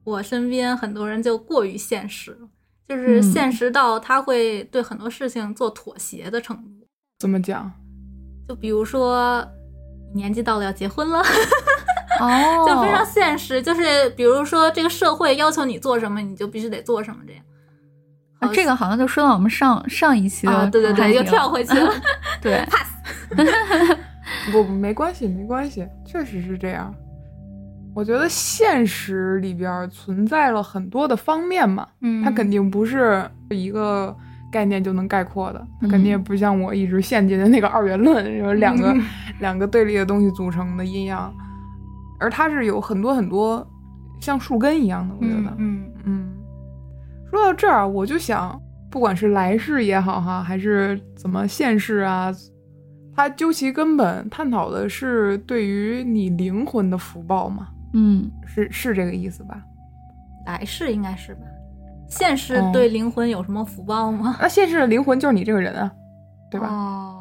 Speaker 3: 我身边很多人就过于现实了，就是
Speaker 2: 嗯
Speaker 3: 现实到他会对很多事情做妥协的程度。
Speaker 1: 怎么讲？
Speaker 3: 就比如说，年纪到了要结婚了，
Speaker 2: 哦，
Speaker 3: 就非常现实。就是比如说，这个社会要求你做什么，你就必须得做什么，这样。
Speaker 2: 啊这个好像就说到我们上上一期的话
Speaker 3: 啊，
Speaker 2: 题了，
Speaker 3: 对对对，又跳回去了。
Speaker 2: 对，
Speaker 1: 不，没关系，没关系，确实是这样。我觉得现实里边儿存在了很多的方面嘛，
Speaker 3: 嗯
Speaker 1: 它肯定不是一个概念就能概括的，它肯定
Speaker 3: 嗯
Speaker 1: 也不像我一直陷进的那个二元论，就是两个、两个对立的东西组成的阴阳，而它是有很多很多像树根一样的，我觉得，
Speaker 3: 嗯
Speaker 1: 嗯，说到这儿，啊我就想，不管是来世也好哈，还是怎么现世啊，它究其根本探讨的是对于你灵魂的福报嘛，
Speaker 2: 嗯，
Speaker 1: 是是这个意思吧？
Speaker 3: 来世应该是吧？现世
Speaker 1: 哦
Speaker 3: 对灵魂有什么福报吗？
Speaker 1: 那现世的灵魂就是你这个人啊，对吧？
Speaker 3: 哦，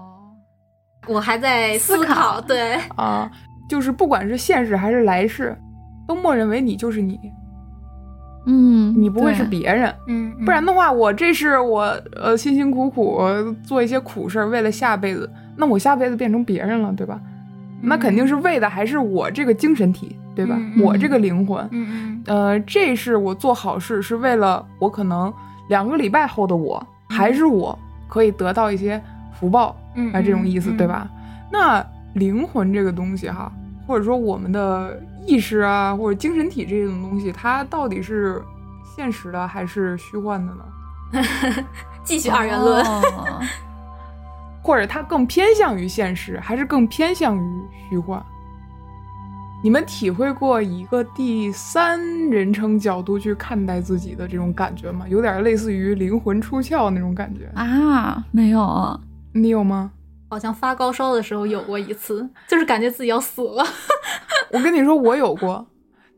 Speaker 3: 我还在思
Speaker 2: 思考
Speaker 3: 对，
Speaker 1: 啊，就是不管是现世还是来世，都默认为你就是你，
Speaker 2: 嗯，
Speaker 1: 你不会是
Speaker 2: 对
Speaker 1: 别人。
Speaker 3: 嗯，嗯
Speaker 1: 不然的话，我这是我呃辛辛苦苦做一些苦事儿，为了下辈子，那我下辈子变成别人了，对吧？那肯定是为的还是我这个精神体，对吧？
Speaker 3: 嗯
Speaker 1: 我这个灵魂，
Speaker 3: 嗯嗯
Speaker 1: 呃，这是我做好事是为了我可能两个礼拜后的我，还是我可以得到一些福报
Speaker 3: 嗯
Speaker 1: 啊，这种意思，
Speaker 3: 嗯
Speaker 1: 对吧？那灵魂这个东西哈，或者说我们的意识啊，或者精神体这种东西，它到底是现实的还是虚幻的呢？
Speaker 3: 继续二元论。
Speaker 2: 哦
Speaker 1: 或者它更偏向于现实，还是更偏向于虚幻？你们体会过一个第三人称角度去看待自己的这种感觉吗？有点类似于灵魂出窍那种感觉，
Speaker 2: 啊，没有，
Speaker 1: 你有吗？
Speaker 3: 好像发高烧的时候有过一次，就是感觉自己要死了。
Speaker 1: 我跟你说，我有过，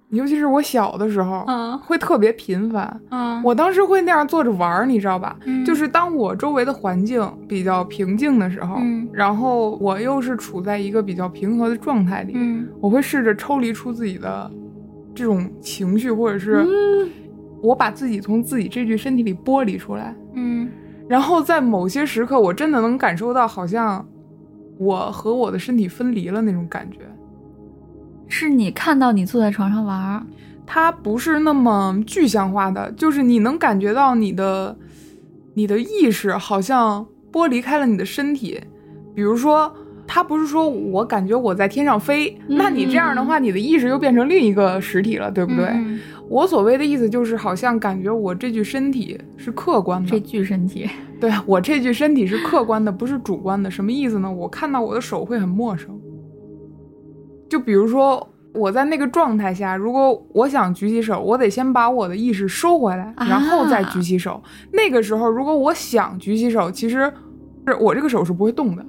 Speaker 1: 尤其是我小的时候，
Speaker 3: 嗯
Speaker 1: 会特别频繁。
Speaker 3: 嗯，
Speaker 1: 哦我当时会那样坐着玩儿，你知道吧？
Speaker 3: 嗯
Speaker 1: 就是当我周围的环境比较平静的时候，
Speaker 3: 嗯
Speaker 1: 然后我又是处在一个比较平和的状态里，
Speaker 3: 嗯
Speaker 1: 我会试着抽离出自己的这种情绪，或者是
Speaker 3: 嗯
Speaker 1: 我把自己从自己这具身体里剥离出来。
Speaker 3: 嗯
Speaker 1: 然后在某些时刻，我真的能感受到，好像我和我的身体分离了那种感觉。
Speaker 2: 是你看到你坐在床上玩儿，
Speaker 1: 它不是那么具象化的，就是你能感觉到你的你的意识好像剥离开了你的身体。比如说，它不是说我感觉我在天上飞，
Speaker 2: 嗯
Speaker 1: 那你这样的话，你的意识又变成另一个实体了，对不对？
Speaker 3: 嗯
Speaker 1: 我所谓的意思就是，好像感觉我这具身体是客观
Speaker 2: 这
Speaker 1: 的，
Speaker 2: 具身体，
Speaker 1: 对啊我这具身体是客观的，不是主观的。什么意思呢？我看到我的手会很陌生。就比如说我在那个状态下，如果我想举起手，我得先把我的意识收回来，
Speaker 2: 啊
Speaker 1: 然后再举起手。那个时候，如果我想举起手，其实是我这个手是不会动的。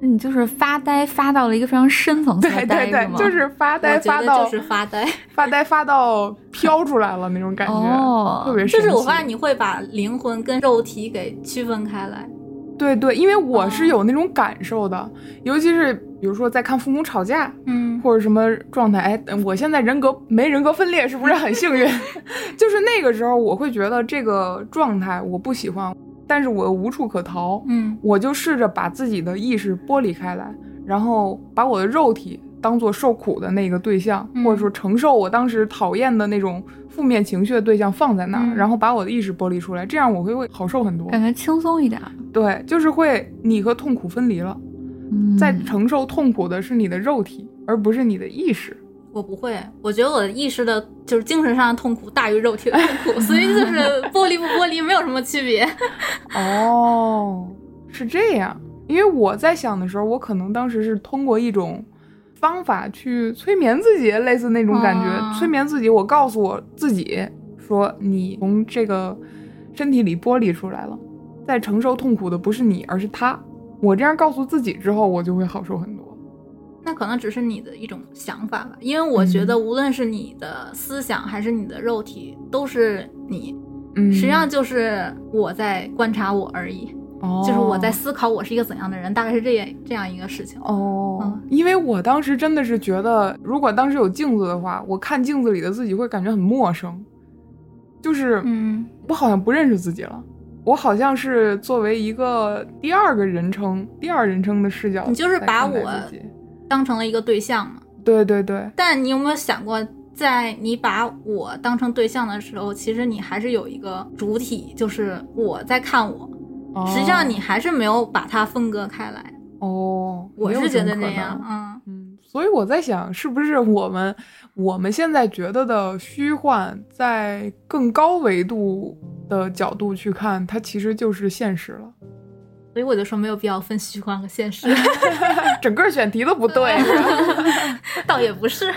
Speaker 2: 那你就是发呆发到了一个非常深层次
Speaker 1: 对
Speaker 2: 的呆，
Speaker 1: 对对
Speaker 2: 吗，
Speaker 1: 就是发呆
Speaker 3: 我觉
Speaker 1: 发
Speaker 3: 得
Speaker 1: 到、
Speaker 3: 就是发呆，
Speaker 1: 发呆发到飘出来了那种感觉，
Speaker 2: 哦
Speaker 1: 特别神
Speaker 3: 就
Speaker 1: 奇。
Speaker 3: 是我发现你会把灵魂跟肉体给区分开来。
Speaker 1: 对对，因为我
Speaker 3: 哦
Speaker 1: 是有那种感受的，尤其是比如说在看父母吵架
Speaker 3: 嗯
Speaker 1: 或者什么状态，哎，我现在人格没人格分裂，是不是很幸运？ 就是那个时候，我会觉得这个状态我不喜欢，但是我又无处可逃，
Speaker 3: 嗯
Speaker 1: 我就试着把自己的意识剥离开来，然后把我的肉体当做受苦的那个对象，
Speaker 3: 嗯
Speaker 1: 或者说承受我当时讨厌的那种负面情绪的对象放在那儿，
Speaker 3: 嗯
Speaker 1: 然后把我的意识剥离出来，这样我会会好受很多。
Speaker 2: 感觉轻松一点儿。
Speaker 1: 对，就是会你和痛苦分离了，
Speaker 2: 嗯，
Speaker 1: 在承受痛苦的是你的肉体，而不是你的意识。
Speaker 3: 我不会，我觉得我的意识的就是精神上的痛苦大于肉体的痛苦，所以 就是剥离不剥离没有什么区别。
Speaker 1: 哦，是这样。因为我在想的时候，我可能当时是通过一种方法去催眠自己，类似那种感觉。
Speaker 3: 哦
Speaker 1: 催眠自己，我告诉我自己说，你从这个身体里剥离出来了，在承受痛苦的不是你，而是他。我这样告诉自己之后，我就会好受很多。
Speaker 3: 那可能只是你的一种想法吧，因为我觉
Speaker 1: 嗯
Speaker 3: 得无论是你的思想还是你的肉体，都是你，
Speaker 1: 嗯，
Speaker 3: 实际上就是我在观察我而已，
Speaker 1: 哦
Speaker 3: 就是我在思考我是一个怎样的人，大概是这样这样一个事情。
Speaker 1: 哦，
Speaker 3: 嗯
Speaker 1: 因为我当时真的是觉得，如果当时有镜子的话，我看镜子里的自己会感觉很陌生，就是
Speaker 3: 嗯
Speaker 1: 我好像不认识自己了，我好像是作为一个第二个人称、第二人称的视角在看待
Speaker 3: 你
Speaker 1: 自己，
Speaker 3: 就是把我当成了一个对象嘛，
Speaker 1: 对对对，
Speaker 3: 但你有没有想过，在你把我当成对象的时候，其实你还是有一个主体，就是我在看我。
Speaker 1: 哦
Speaker 3: 实际上你还是没有把它分割开来，
Speaker 1: 哦，
Speaker 3: 我
Speaker 1: 也有
Speaker 3: 是觉
Speaker 1: 种
Speaker 3: 得
Speaker 1: 可
Speaker 3: 这
Speaker 1: 能
Speaker 3: 样。嗯，
Speaker 1: 嗯，所以我在想，是不是我们我们现在觉得的虚幻，在更高维度的角度去看，它其实就是现实了。
Speaker 3: 所以我就说没有必要分虚幻和现实，
Speaker 1: 整个选题都不 对，
Speaker 3: 倒也不是。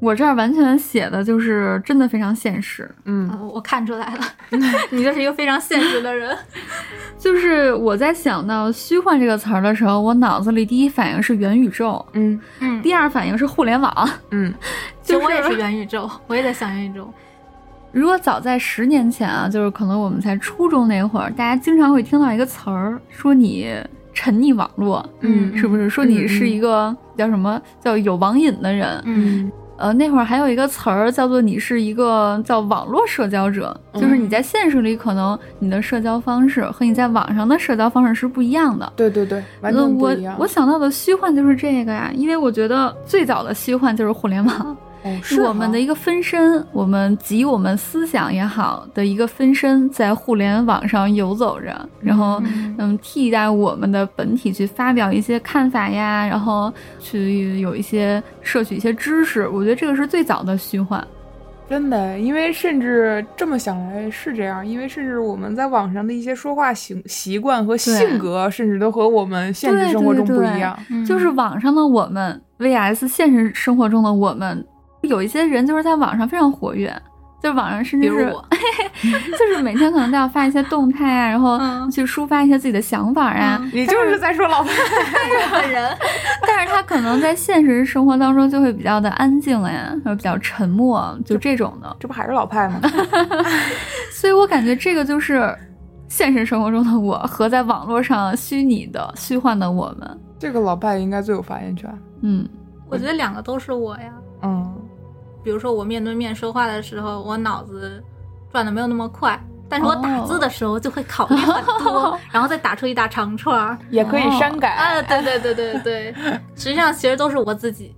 Speaker 2: 我这儿完全写的就是真的非常现实，
Speaker 1: 嗯
Speaker 3: 啊我看出来了， 你就是一个非常现实的人。
Speaker 2: 就是我在想到“虚幻”这个词儿的时候，我脑子里第一反应是元宇宙，
Speaker 1: 嗯
Speaker 3: 嗯，
Speaker 2: 第二反应是互联网。
Speaker 1: 嗯
Speaker 3: 其实我也
Speaker 2: 就是
Speaker 3: 是元宇宙，我也在想元宇宙。
Speaker 2: 如果早在十年前啊，就是可能我们在初中那会儿，大家经常会听到一个词儿，说你沉溺网络，
Speaker 1: 嗯
Speaker 2: 是不是？说你是一个叫什么叫有网瘾的人？
Speaker 3: 嗯，
Speaker 2: 呃，那会儿还有一个词儿叫做你是一个叫网络社交者，
Speaker 1: 嗯
Speaker 2: 就是你在现实里可能你的社交方式和你在网上的社交方式是不一样的。
Speaker 1: 对对对，完
Speaker 2: 那
Speaker 1: 全不
Speaker 2: 我
Speaker 1: 一样。
Speaker 2: 我想到的虚幻就是这个呀，因为我觉得最早的虚幻就是互联网，
Speaker 1: 哦
Speaker 2: 是我们的一个分身，我们集我们思想也好的一个分身，在互联网上游走着，然后
Speaker 3: 嗯
Speaker 2: 嗯，替代我们的本体去发表一些看法呀，然后去有一些摄取一些知识，我觉得这个是最早的虚幻。
Speaker 1: 真的，因为甚至这么想来是这样，因为甚至我们在网上的一些说话习习惯和性格，甚至都和我们现实生活中不一样。
Speaker 3: 嗯
Speaker 2: 就是网上的我们 vs 现实生活中的我们，有一些人就是在网上非常活跃，就是网上甚
Speaker 3: 比
Speaker 2: 至
Speaker 3: 如
Speaker 2: 是
Speaker 3: 我，
Speaker 2: 就是每天可能都要发一些动态啊，然后
Speaker 3: 嗯
Speaker 2: 去抒发一些自己的想法啊。
Speaker 3: 嗯
Speaker 1: 你就是在说老潘，
Speaker 3: 本嗯 人，
Speaker 2: 但是他可能在现实生活当中就会比较的安静呀，或者比较沉默，就这种的。
Speaker 1: 这不还是老派吗？
Speaker 2: 所以我感觉这个就是现实生活中的我和在网络上虚拟的虚幻的我们。
Speaker 1: 这个老派应该最有发言权。
Speaker 2: 嗯，
Speaker 3: 我觉得两个都是我呀。
Speaker 1: 嗯，
Speaker 3: 比如说我面对面说话的时候，我脑子转的没有那么快，但是我打字的时候就会考虑很多，然后再打出一大长串儿。
Speaker 1: 也可以
Speaker 2: 哦
Speaker 1: 删改。
Speaker 3: 啊，对对对对对，实际上其实都是我自己。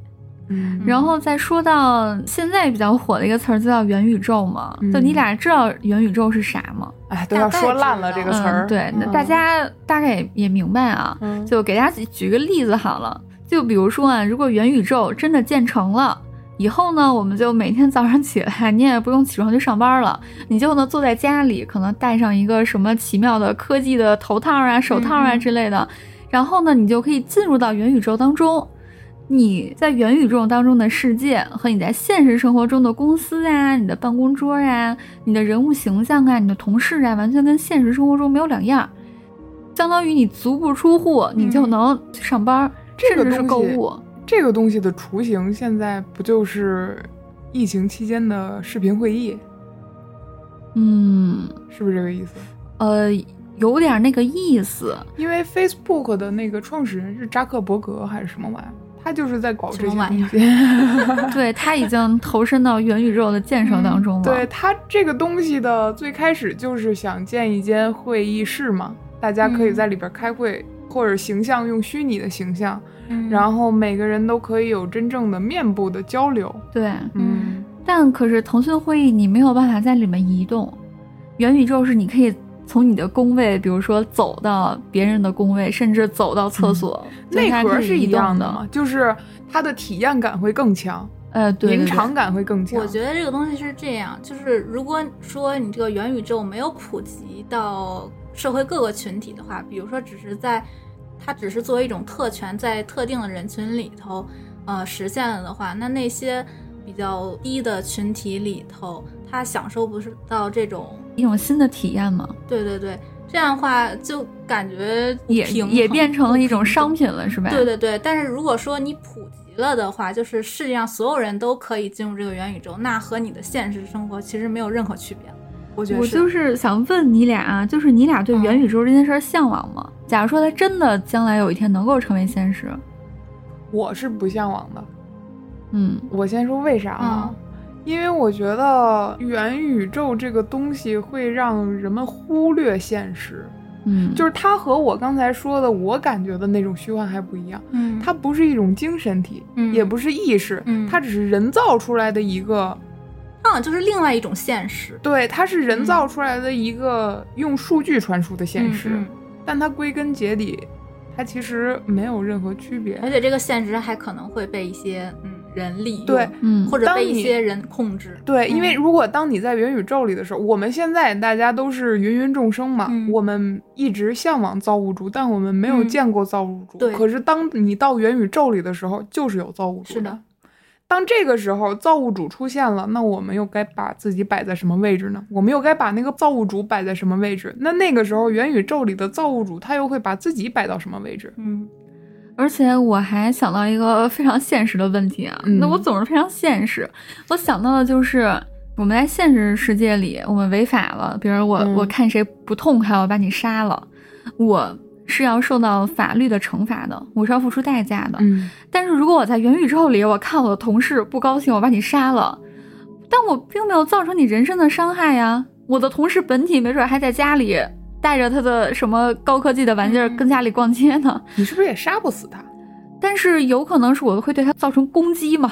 Speaker 1: 嗯
Speaker 2: 然后再说到现在比较火的一个词儿，就叫元宇宙嘛。
Speaker 1: 嗯
Speaker 2: 就你俩知道元宇宙是啥吗？
Speaker 1: 哎，都要说烂了这个词儿、
Speaker 2: 嗯，对，那
Speaker 1: 嗯
Speaker 2: 大家大概也也明白啊。
Speaker 1: 嗯
Speaker 2: 就给大家举举个例子好了，就比如说啊，如果元宇宙真的建成了。以后呢，我们就每天早上起来，你也不用起床去上班了，你就呢坐在家里，可能戴上一个什么奇妙的科技的头套啊、手套啊
Speaker 3: 嗯嗯
Speaker 2: 之类的，然后呢，你就可以进入到元宇宙当中。你在元宇宙当中的世界和你在现实生活中的公司啊、你的办公桌啊、你的人物形象啊、你的同事啊，完全跟现实生活中没有两样儿。相当于你足不出户，你就能去上班儿，
Speaker 1: 这个
Speaker 2: 甚至是购
Speaker 1: 东西
Speaker 2: 物。
Speaker 1: 这个东西的雏形现在不就是疫情期间的视频会议，
Speaker 2: 嗯，
Speaker 1: 是不是这个意思？
Speaker 2: 呃，有点那个意思。
Speaker 1: 因为 Facebook 的那个创始人是扎克伯格还是什么玩意儿，他就是在搞这些
Speaker 3: 什么玩意
Speaker 1: 东
Speaker 3: 儿
Speaker 1: 西。
Speaker 2: 对他已经投身到元宇宙的建设当中了。
Speaker 1: 对他这个东西的最开始就是想建一间会议室嘛，大家可以
Speaker 3: 嗯
Speaker 1: 在里边开会，或者形象用虚拟的形象，
Speaker 3: 嗯
Speaker 1: 然后每个人都可以有真正的面部的交流。
Speaker 2: 对
Speaker 3: 嗯
Speaker 2: 但可是腾讯会议你没有办法在里面移动，元宇宙是你可以从你的工位，比如说走到别人的工位，甚至走到厕所，就
Speaker 1: 内
Speaker 2: 它
Speaker 1: 核
Speaker 2: 可以
Speaker 1: 是
Speaker 2: 移
Speaker 1: 一
Speaker 2: 动
Speaker 1: 样
Speaker 2: 的
Speaker 1: 嘛，。就是它的体验感会更强，
Speaker 2: 呃，对
Speaker 1: 临
Speaker 2: 对对
Speaker 1: 场感会更强。
Speaker 3: 我觉得这个东西是这样，就是如果说你这个元宇宙没有普及到社会各个群体的话，比如说只是在它只是作为一种特权，在特定的人群里头，呃，实现了的话，那那些比较低的群体里头，他享受不是到这种，
Speaker 2: 一种新的体验嘛，
Speaker 3: 对对对，这样的话就感觉不
Speaker 2: 也
Speaker 3: 平衡
Speaker 2: 也变成了一种商。
Speaker 3: 不平
Speaker 2: 品了，是吧？
Speaker 3: 等对对对，但是如果说你普及了的话，就是世界上所有人都可以进入这个元宇宙，那和你的现实生活其实没有任何区别。我觉得
Speaker 2: 我
Speaker 3: 是，
Speaker 2: 就是想问你俩啊，就是你俩对元宇宙这件事儿向往吗？假如说它真的将来有一天能够成为现实，
Speaker 1: 我是不向往的。
Speaker 2: 嗯，
Speaker 1: 我先说为啥
Speaker 3: 嗯
Speaker 1: 啊？因为我觉得元宇宙这个东西会让人们忽略现实，
Speaker 2: 嗯，
Speaker 1: 就是它和我刚才说的我感觉的那种虚幻还不一样，
Speaker 3: 嗯，
Speaker 1: 它不是一种精神体，
Speaker 3: 嗯
Speaker 1: 也不是意识，
Speaker 3: 嗯
Speaker 1: 它只是人造出来的一个，
Speaker 3: 啊，就是另外一种现实，
Speaker 1: 对，它是人造出来的一个用数据传输的现实，
Speaker 3: 嗯嗯
Speaker 1: 但它归根结底，它其实没有任何区别。
Speaker 3: 而且这个现实还可能会被一些嗯人利用，
Speaker 1: 对
Speaker 2: 嗯
Speaker 3: 或者
Speaker 1: 当
Speaker 3: 被一
Speaker 1: 你
Speaker 3: 些人控制，
Speaker 1: 对，因为
Speaker 3: 嗯
Speaker 1: 如果当你在元宇宙里的时候，我们现在大家都是芸芸众生嘛，
Speaker 3: 嗯
Speaker 1: 我们一直向往造物主，但我们没有
Speaker 3: 嗯
Speaker 1: 见过造物主。
Speaker 3: 对
Speaker 1: 可是当你到元宇宙里的时候，就是有造物主。
Speaker 3: 是的。
Speaker 1: 当这个时候造物主出现了，那我们又该把自己摆在什么位置呢？我们又该把那个造物主摆在什么位置？那那个时候元宇宙里的造物主他又会把自己摆到什么位置？
Speaker 3: 嗯，
Speaker 2: 而且我还想到一个呃非常现实的问题啊，
Speaker 1: 嗯
Speaker 2: 那我总是非常现实。我想到的就是我们在现实世界里，我们违法了，比如我、
Speaker 1: 嗯
Speaker 2: 我看谁不痛快，我把你杀了，我是要受到法律的惩罚的，我是要付出代价的。
Speaker 1: 嗯，
Speaker 2: 但是如果我在元宇宙里，我看我的同事不高兴，我把你杀了，但我并没有造成你人身的伤害呀。我的同事本体没准还在家里带着他的什么高科技的玩意儿
Speaker 3: 嗯
Speaker 2: 跟家里逛街呢。
Speaker 1: 你是不是也杀不死他？
Speaker 2: 但是有可能是我会对他造成攻击嘛，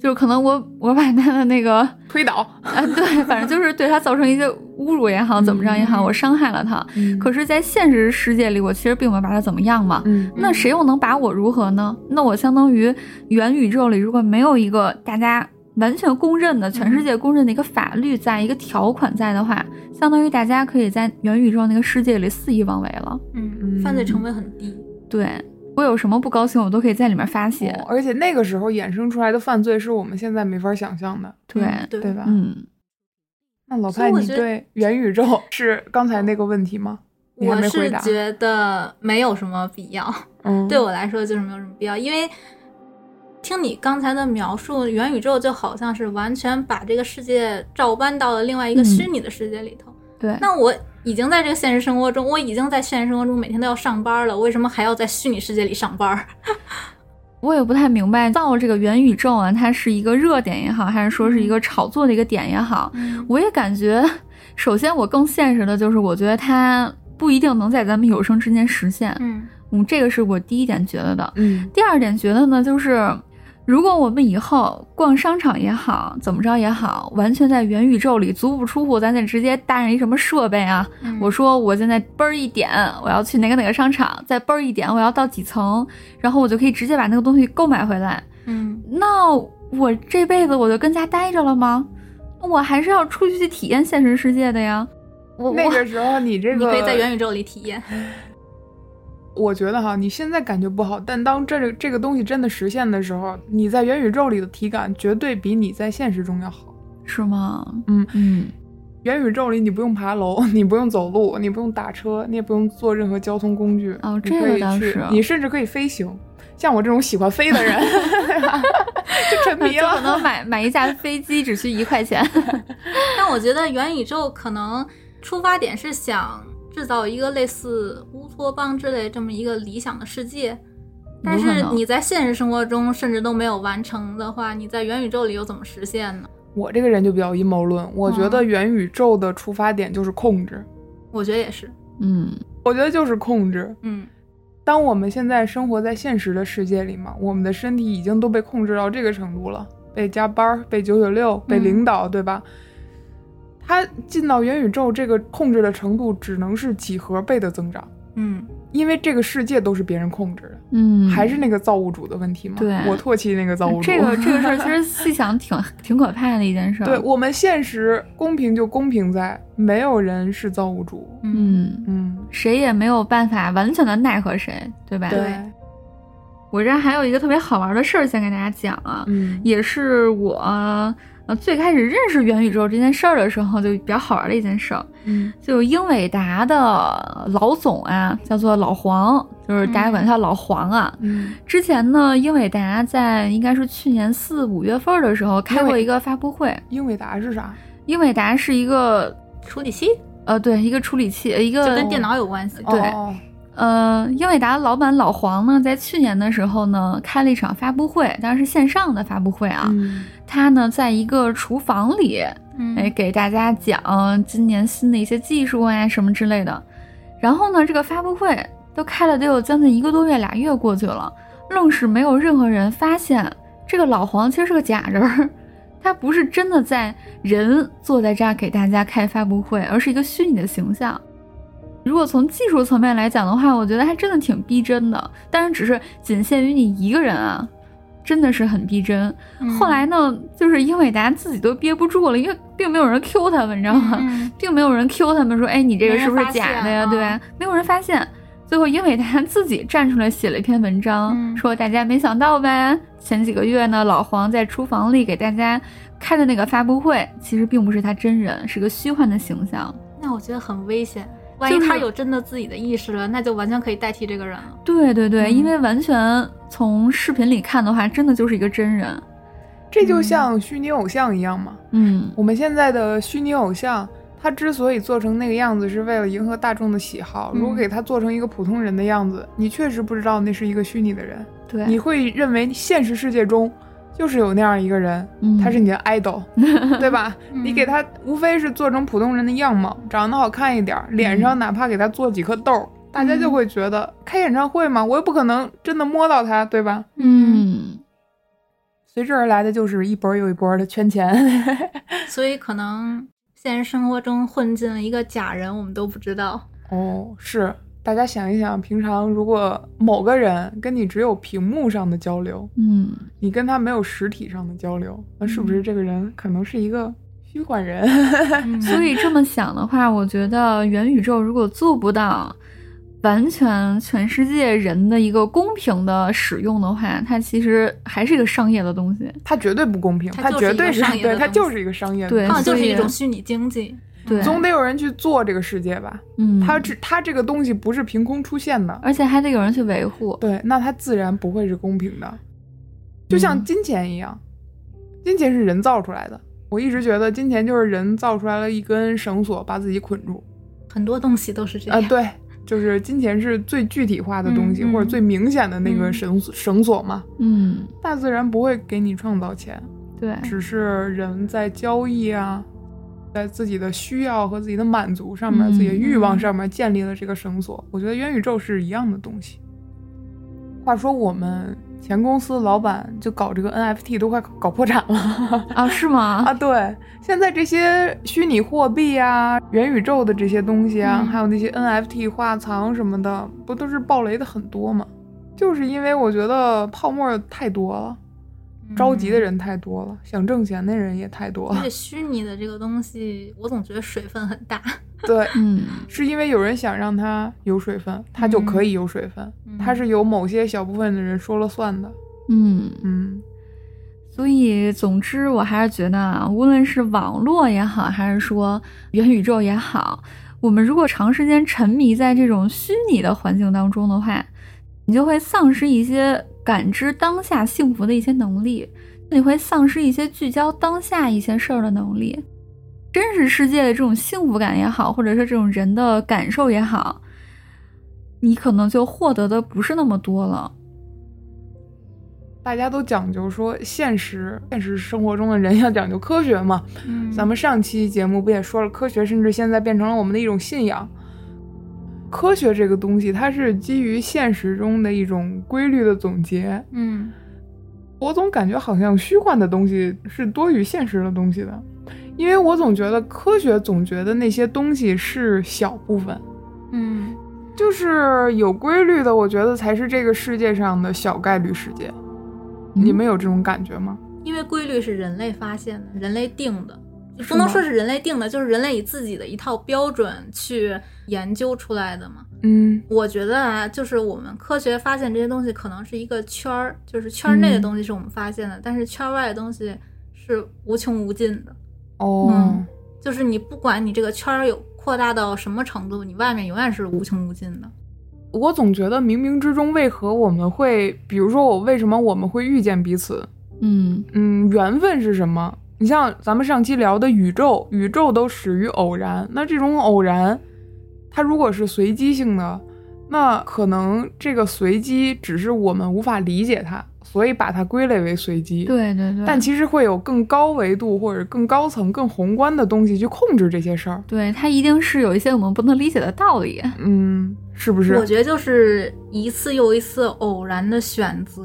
Speaker 2: 就是可能我我把他的那个
Speaker 1: 推倒。
Speaker 2: 啊，对，反正就是对他造成一些侮辱也好，怎么着也好，
Speaker 3: 嗯
Speaker 2: 我伤害了他。可是，在现实世界里，我其实并没有把他怎么样嘛。
Speaker 1: 嗯
Speaker 2: 那谁又能把我如何呢？那我相当于元宇宙里，如果没有一个大家完全公认的、全世界公认的一个法律在、一个条款在的话，相当于大家可以在元宇宙那个世界里肆意妄为了。
Speaker 3: 嗯，犯罪成本很低，
Speaker 2: 对我有什么不高兴，我都可以在里面发泄。
Speaker 1: 哦而且那个时候衍生出来的犯罪是我们现在没法想象的，
Speaker 2: 对，
Speaker 3: 嗯对
Speaker 1: 对吧？
Speaker 2: 嗯。
Speaker 1: 那老
Speaker 3: 所以
Speaker 1: 派，
Speaker 3: 我
Speaker 1: 你
Speaker 3: 觉得
Speaker 1: 对元宇 宙是刚才那个问题吗？你还
Speaker 3: 我
Speaker 1: 没回
Speaker 3: 是
Speaker 1: 答
Speaker 3: 觉得没有什么必要，
Speaker 1: 嗯，
Speaker 3: 对我来说就是没有什么必要，因为听你刚才的描述，元宇宙就好像是完全把这个世界照搬到了另外一个
Speaker 2: 嗯
Speaker 3: 虚拟的世界里头。
Speaker 2: 对，
Speaker 3: 那我已经在这个现实生活中，我已经在现实生活中每天都要上班了，为什么还要在虚拟世界里上班？
Speaker 2: 我也不太明白，造这个元宇宙啊，它是一个热点也好，还是说是一个炒作的一个点也好，我也感觉，首先我更现实的就是，我觉得它不一定能在咱们有生之年实现，
Speaker 3: 嗯
Speaker 2: 嗯，这个是我第一点觉得的。
Speaker 1: 嗯
Speaker 2: 第二点觉得呢，就是如果我们以后逛商场也好，怎么着也好，完全在元宇宙里足不出户，咱得直接带上一什么设备啊，
Speaker 3: 嗯
Speaker 2: 我说我现在嘣儿一点，我要去哪个哪个商场，再嘣儿一点，我要到几层，然后我就可以直接把那个东西购买回来。
Speaker 3: 嗯
Speaker 2: 那我这辈子我就跟家待着了吗？我还是要出去去体验现实世界的呀。我
Speaker 1: 那
Speaker 2: 我
Speaker 1: 个时候你这个，
Speaker 3: 你可以在元宇宙里体验。
Speaker 1: 我觉得哈，你现在感觉不好，但当这这个东西真的实现的时候，你在元宇宙里的体感绝对比你在现实中要好。
Speaker 2: 是吗？
Speaker 1: 嗯
Speaker 2: 嗯，
Speaker 1: 元宇宙里你不用爬楼， 你不用走路，你不用打车，你也不用坐任何交通工具。
Speaker 2: 哦
Speaker 1: 你
Speaker 2: 这个
Speaker 1: 可以
Speaker 2: 倒
Speaker 1: 去
Speaker 2: 是
Speaker 1: 你甚至可以飞行。像我这种喜欢飞的人， 对吧就沉迷
Speaker 2: 就可
Speaker 1: 了。
Speaker 2: 能买买一架飞机只需一块钱。
Speaker 3: 但我觉得元宇宙可能出发点是想制造一个类似乌托邦之类这么一个理想的世界，但
Speaker 2: 有可
Speaker 3: 是
Speaker 2: 能
Speaker 3: 你在现实生活中甚至都没有完成的话，你在元宇宙里又怎么实现呢？
Speaker 1: 我这个人就比较阴谋论，我觉
Speaker 2: 哦
Speaker 1: 得元宇宙的出发点就是控制，
Speaker 3: 我觉得也是，
Speaker 2: 嗯，
Speaker 1: 我觉得就是控制。
Speaker 3: 嗯
Speaker 1: 当我们现在生活在现实的世界里嘛，我们的身体已经都被控制到这个程度了，被加班儿、被九九六、
Speaker 2: 嗯
Speaker 1: 被领导，对吧？他进到元宇宙，这个控制的程度只能是几何倍的增长，
Speaker 3: 嗯
Speaker 1: 因为这个世界都是别人控制的，
Speaker 2: 嗯，
Speaker 1: 还是那个造物主的问题嘛。
Speaker 2: 对呃
Speaker 1: 我唾弃那个造物主。
Speaker 2: 这个这个事儿，其实细想挺挺可怕的一件事。
Speaker 1: 对，我们现实公平就公平在，没有人是造物主。
Speaker 2: 嗯，
Speaker 1: 嗯，
Speaker 2: 谁也没有办法完全的奈何谁，对吧？
Speaker 3: 对
Speaker 2: 我这儿还有一个特别好玩的事儿想给大家讲啊，
Speaker 1: 嗯
Speaker 2: 也是我呃最开始认识元宇宙这件事儿的时候，就比较好玩的一件事儿。
Speaker 1: 嗯
Speaker 2: 就英伟达的老总啊，叫做老黄，就是大家管他叫老黄啊。
Speaker 1: 嗯，
Speaker 2: 之前呢，英伟达在应该是去年四五月份儿的时候开
Speaker 1: 英
Speaker 2: 过
Speaker 1: 伟
Speaker 2: 一个发布会。
Speaker 1: 英伟达是啥？
Speaker 2: 英伟达是一个
Speaker 3: 处理器
Speaker 2: 呃，对，一个处理器，一
Speaker 3: 就
Speaker 2: 个
Speaker 3: 跟电脑有关系。
Speaker 2: 对
Speaker 1: 哦
Speaker 2: 呃，英伟达老板老黄呢，在去年的时候呢，开了一场发布会，当然是线上的发布会啊。
Speaker 1: 嗯
Speaker 2: 他呢，在一个厨房里，哎
Speaker 3: 嗯
Speaker 2: 哎，给大家讲今年新的一些技术啊什么之类的。然后呢，这个发布会都开了得有将近一个多月、俩月过去了，愣是没有任何人发现这个老黄其实是个假人儿， 他不是真的在人坐在这儿给大家开发布会，而是一个虚拟的形象。如果从技术层面来讲的话，我觉得还真的挺逼真的，但是只是仅限于你一个人啊，真的是很逼真。
Speaker 3: 嗯
Speaker 2: 后来呢，就是英伟达自己都憋不住了，因为并没有人 Q 他们，你知道吗？
Speaker 3: 嗯
Speaker 2: 并没有人 Q 他们说，哎，你这个是不是假的呀？
Speaker 3: 没人发现
Speaker 2: 对
Speaker 3: 啊
Speaker 2: 吧，没有人发现。最后，英伟达自己站出来写了一篇文章，
Speaker 3: 嗯
Speaker 2: 说大家没想到吧？前几个月呢，老黄在厨房里给大家开的那个发布会，其实并不是他真人，是个虚幻的形象。
Speaker 3: 那我觉得很危险。万一
Speaker 2: 就是
Speaker 3: 他有真的自己的意识了，那就完全可以代替这个人了。
Speaker 2: 对对对，
Speaker 3: 嗯
Speaker 2: 因为完全从视频里看的话，真的就是一个真人。
Speaker 1: 这就像虚拟偶像一样嘛。
Speaker 2: 嗯，
Speaker 1: 我们现在的虚拟偶像，他之所以做成那个样子，是为了迎合大众的喜好。
Speaker 3: 嗯
Speaker 1: 如果给他做成一个普通人的样子，你确实不知道那是一个虚拟的人，
Speaker 2: 对，
Speaker 1: 你会认为现实世界中就是有那样一个人，
Speaker 2: 嗯
Speaker 1: 他是你的 idol，、对吧？
Speaker 3: 嗯
Speaker 1: 你给他无非是做成普通人的样貌，长得好看一点儿，脸上哪怕给他做几颗痘儿，大家就会觉得开演唱会嘛，我又不可能真的摸到他，对吧？
Speaker 2: 嗯，
Speaker 1: 随之而来的就是一波又一波的圈钱。
Speaker 3: 所以可能现实生活中混进了一个假人，我们都不知道。
Speaker 1: 哦，是，大家想一想，平常如果某个人跟你只有屏幕上的交流，
Speaker 2: 嗯，
Speaker 1: 你跟他没有实体上的交流，那是不是这个人可能是一个虚幻 人？
Speaker 2: 所以这么想的话，我觉得元宇宙如果做不到完全全世界人的一个公平的使用的话，它其实还是一个商业的东西。
Speaker 1: 他绝对不公平，
Speaker 3: 他
Speaker 1: 他
Speaker 3: 就
Speaker 1: 绝
Speaker 3: 是一个
Speaker 1: 对是
Speaker 3: 商业
Speaker 1: 对，
Speaker 3: 的
Speaker 1: 他
Speaker 3: 东
Speaker 1: 就
Speaker 3: 西
Speaker 1: 是一个商业的
Speaker 2: 对
Speaker 1: 东
Speaker 3: 好
Speaker 1: 西
Speaker 3: 像就是
Speaker 2: 所以
Speaker 3: 一种虚拟经济。嗯
Speaker 2: 对，
Speaker 1: 总得有人去做这个世界吧？
Speaker 2: 嗯，
Speaker 1: 他这他这个东西不是凭空出现的，
Speaker 2: 而且还得有人去维护。
Speaker 1: 对，那它自然不会是公平的，就像
Speaker 2: 嗯
Speaker 1: 金钱一样，金钱是人造出来的。我一直觉得金钱就是人造出来了一根绳索，把自己捆住。
Speaker 3: 很多东西都是这
Speaker 1: 啊、
Speaker 3: 样。
Speaker 1: 对，就是金钱是最具体化的东西，
Speaker 3: 嗯嗯嗯
Speaker 1: 或者最明显的那个绳索、绳索嘛。
Speaker 2: 嗯，
Speaker 1: 大自然不会给你创造钱，
Speaker 2: 对，
Speaker 1: 只是人在交易啊，在自己的需要和自己的满足上面、
Speaker 2: 嗯
Speaker 1: 自己的欲望
Speaker 3: 嗯
Speaker 1: 上面建立了这个绳索。我觉得元宇宙是一样的东西。话说我们前公司老板就搞这个 NFT 都快搞破产了。
Speaker 2: 啊，是吗？
Speaker 1: 啊，对，现在这些虚拟货币啊、元宇宙的这些东西啊，
Speaker 3: 嗯
Speaker 1: 还有那些 NFT 画藏什么的，不都是暴雷的很多吗？就是因为我觉得泡沫太多了，着急的人太多了，想挣钱的人也太多
Speaker 3: 嗯而
Speaker 1: 了
Speaker 3: 且。虚拟的这个东西，我总觉得水分很大。
Speaker 1: 对，
Speaker 2: 嗯，
Speaker 1: 是因为有人想让它有水分，它就可以有水分，
Speaker 3: 嗯
Speaker 1: 它是由某些小部分的人说了算的。
Speaker 2: 嗯，
Speaker 1: 嗯，
Speaker 2: 所以，总之，我还是觉得啊，无论是网络也好，还是说元宇宙也好，我们如果长时间沉迷在这种虚拟的环境当中的话，你就会丧失一些感知当下幸福的一些能力，你会丧失一些聚焦当下一些事儿的能力。真实世界的这种幸福感也好，或者说这种人的感受也好，你可能就获得的不是那么多了。
Speaker 1: 大家都讲究说现实，现实生活中的人要讲究科学嘛。
Speaker 3: 嗯
Speaker 1: 咱们上期节目不也说了，科学甚至现在变成了我们的一种信仰。科学这个东西，它是基于现实中的一种规律的总结。
Speaker 3: 嗯
Speaker 1: 我总感觉好像虚幻的东西是多于现实的东西的，因为我总觉得科学总觉得那些东西是小部分，
Speaker 3: 嗯
Speaker 1: 就是有规律的，我觉得才是这个世界上的小概率事件。你们有这种感觉吗？
Speaker 3: 因为规律是人类发现的，人类定的，就是不能
Speaker 1: 吗
Speaker 3: 说是人类定的，就是人类以自己的一套标准去研究出来的嘛。
Speaker 1: 嗯
Speaker 3: 我觉得啊，就是我们科学发现这些东西，可能是一个圈儿，就是圈儿内的
Speaker 1: 嗯
Speaker 3: 东西是我们发现的，但是圈儿外的东西是无穷无尽的。
Speaker 1: 哦
Speaker 3: 嗯就是你不管你这个圈儿有扩大到什么程度，你外面永远是无穷无尽的。
Speaker 1: 我总觉得冥冥之中，为何我们会，比如说我为什么我们会遇见彼此？
Speaker 2: 嗯，
Speaker 1: 嗯，缘分是什么？你像咱们上期聊的宇宙，宇宙都始于偶然。那这种偶然，它如果是随机性的，那可能这个随机只是我们无法理解它，所以把它归类为随机。
Speaker 2: 对对对，
Speaker 1: 但其实会有更高维度或者更高层、更宏观的东西去控制这些事儿。
Speaker 2: 对它一定是有一些我们不能理解的道理。
Speaker 1: 嗯，是不
Speaker 3: 我
Speaker 1: 是？
Speaker 3: 觉得就是一次又一次偶然的选择，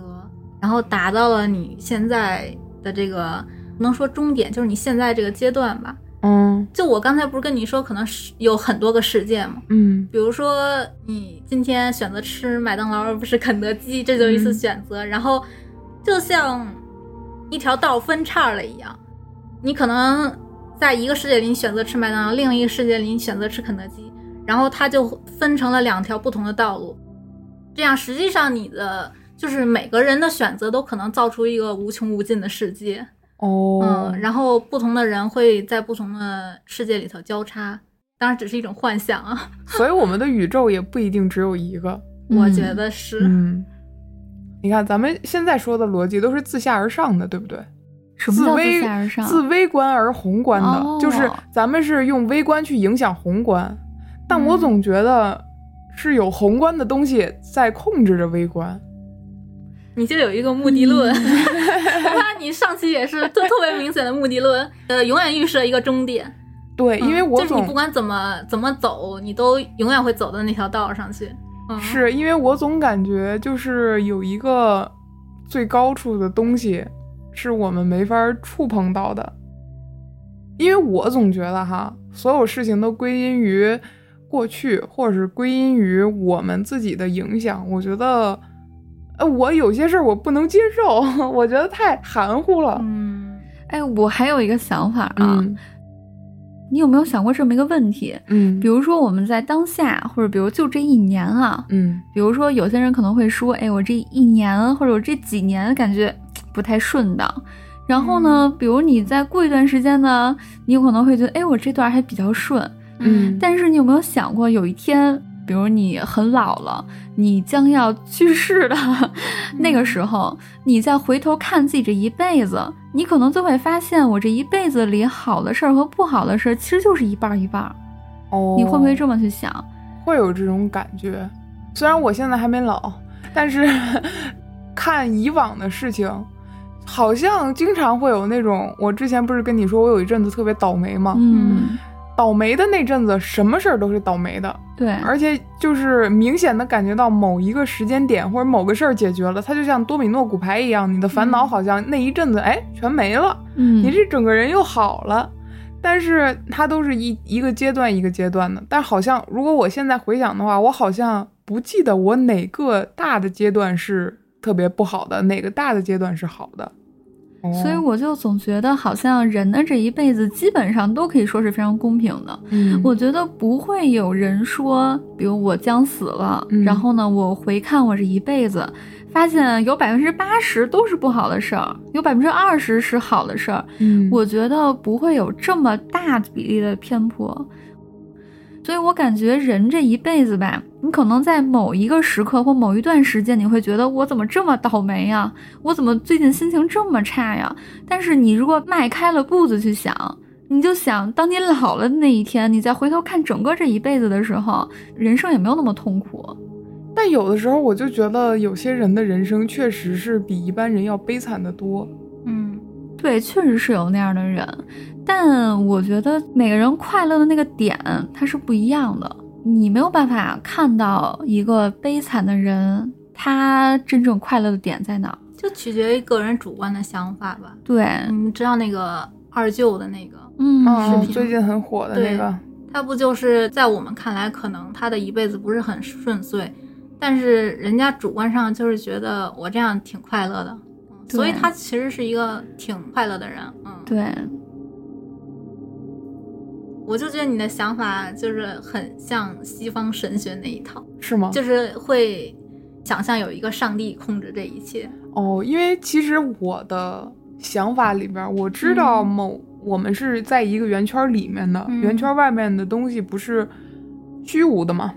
Speaker 3: 然后达到了你现在的这个，不能说终点，就是你现在这个阶段吧。
Speaker 1: 嗯
Speaker 3: 就我刚才不是跟你说，可能是有很多个事件嘛，
Speaker 1: 嗯
Speaker 3: 比如说你今天选择吃麦当劳而不是肯德基，这就是一次
Speaker 1: 嗯
Speaker 3: 选择。然后就像一条道分叉了一样，你可能在一个世界里你选择吃麦当劳，另一个世界里你选择吃肯德基，然后它就分成了两条不同的道路。这样实际上你的就是每个人的选择都可能造出一个无穷无尽的世界，
Speaker 1: 哦
Speaker 3: 嗯，，然后不同的人会在不同的世界里头交叉，当然只是一种幻想啊。
Speaker 1: 所以我们的宇宙也不一定只有一个。
Speaker 3: 我觉得是，
Speaker 1: 嗯，你看咱们现在说的逻辑都是自下而上的，对不对？
Speaker 2: 什么叫
Speaker 1: 微
Speaker 2: 自下而上？
Speaker 1: 自微观而宏观的，
Speaker 2: 哦
Speaker 1: 就是咱们是用微观去影响宏观，但我
Speaker 3: 嗯
Speaker 1: 总觉得是有宏观的东西在控制着微观。
Speaker 3: 你就有一个目的论。
Speaker 1: 嗯
Speaker 3: 我怕你上 期也是特特别明显的目的论，呃，永远预设一个终点，
Speaker 1: 对，因为
Speaker 3: 嗯
Speaker 1: 我
Speaker 3: 就是
Speaker 1: 总、
Speaker 3: 你不管怎么怎么走，你都永远会走到那条道上去。嗯，
Speaker 1: 是因为我总感觉就是有一个最高处的东西是我们没法触碰到的，因为我总觉得哈，所有事情都归因于过去，或者是归因于我们自己的影响。我觉得，呃，我有些事儿我不能接受， 我觉得太含糊了。
Speaker 3: 嗯，
Speaker 2: 哎，我还有一个想法啊，
Speaker 1: 嗯
Speaker 2: 你有没有想过这么一个问题？
Speaker 1: 嗯
Speaker 2: 比如说我们在当下，或者比如就这一年啊，
Speaker 1: 嗯
Speaker 2: 比如说有些人可能会说，哎，我这一年或者我这几年感觉嘖不太顺当。然后呢，
Speaker 1: 嗯
Speaker 2: 比如你再过一段时间呢，你有可能会觉得，哎，我这段还比较顺。
Speaker 1: 嗯，
Speaker 2: 但是你有没有想过，有一天，比如你很老了，你将要去世了，
Speaker 1: 嗯
Speaker 2: 那个时候，你再回头看自己这一辈子，你可能就会发现，我这一辈子里好的事儿和不好的事儿，其实就是一半儿一半儿。
Speaker 1: 哦，
Speaker 2: 你会不会这么去想？
Speaker 1: 会有这种感觉。虽然我现在还没老，但是看以往的事情，好像经常会有那种。我之前不是跟你说，我有一阵子特别倒霉吗？
Speaker 2: 嗯，
Speaker 1: 倒霉的那阵子，什么事儿都是倒霉的，
Speaker 2: 对，
Speaker 1: 而且就是明显的感觉到某一个时间点或者某个事儿解决了，它就像多米诺骨牌一样，你的烦恼
Speaker 3: 嗯
Speaker 1: 好像那一阵子哎全没了。
Speaker 2: 嗯，
Speaker 1: 你这整个人又好了。但是它都是一一个阶段一个阶段的，但好像如果我现在回想的话，我好像不记得我哪个大的阶段是特别不好的，哪个大的阶段是好的。哦
Speaker 2: 所以我就总觉得，好像人的这一辈子基本上都可以说是非常公平的。
Speaker 1: 嗯
Speaker 2: 我觉得不会有人说，比如我将死了，
Speaker 1: 嗯
Speaker 2: 然后呢，我回看我这一辈子，发现有百分之八十都是不好的事儿，有百分之二十是好的事儿。
Speaker 1: 嗯
Speaker 2: 我觉得不会有这么大比例的偏颇。所以我感觉人这一辈子吧，你可能在某一个时刻或某一段时间，你会觉得我怎么这么倒霉呀、我怎么最近心情这么差呀？但是你如果迈开了步子去想，你就想，当你老了的那一天，你再回头看整个这一辈子的时候，人生也没有那么痛苦。
Speaker 1: 但有的时候我就觉得有些人的人生确实是比一般人要悲惨的多。
Speaker 3: 嗯，
Speaker 2: 对，确实是有那样的人，但我觉得每个人快乐的那个点它是不一样的。你没有办法看到一个悲惨的人，他真正快乐的点在哪儿。
Speaker 3: 就取决于个人主观的想法吧。嗯
Speaker 2: 对，
Speaker 3: 你知道那个二舅的那个，
Speaker 2: 嗯，
Speaker 1: 嗯，
Speaker 3: 是
Speaker 1: 最近很火的那个，
Speaker 3: 他不就是在我们看来，可能他的一辈子不是很顺遂，但是人家主观上就是觉得我这样挺快乐的，嗯
Speaker 2: 对
Speaker 3: 所以他其实是一个挺快乐的人。嗯，
Speaker 2: 对，
Speaker 3: 我就觉得你的想法就是很像西方神学那一套，
Speaker 1: 是吗？
Speaker 3: 就是会想象有一个上帝控制这一切。
Speaker 1: 哦，因为其实我的想法里边儿，我知道
Speaker 3: 嗯
Speaker 1: 某、我们是在一个圆圈儿里面的，圆
Speaker 3: 嗯
Speaker 1: 圈儿外面的东西不是虚无的嘛。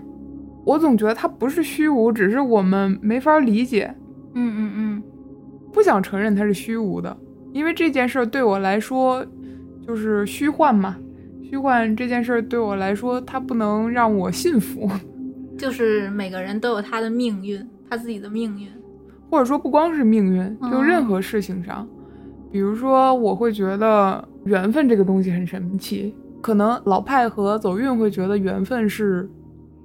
Speaker 1: 我总觉得它不是虚无，只是我们没法理解，
Speaker 3: 嗯嗯嗯，
Speaker 1: 不想承认它是虚无的，因为这件事儿对我来说就是虚幻嘛。虚幻这件事儿对我来说，它不能让我信服，
Speaker 3: 就是每个人都有他的命运，他自己的命运。
Speaker 1: 或者说不光是命运，就
Speaker 3: 嗯
Speaker 1: 任何事情上，比如说我会觉得缘分这个东西很神奇，可能老派和走运会觉得缘分是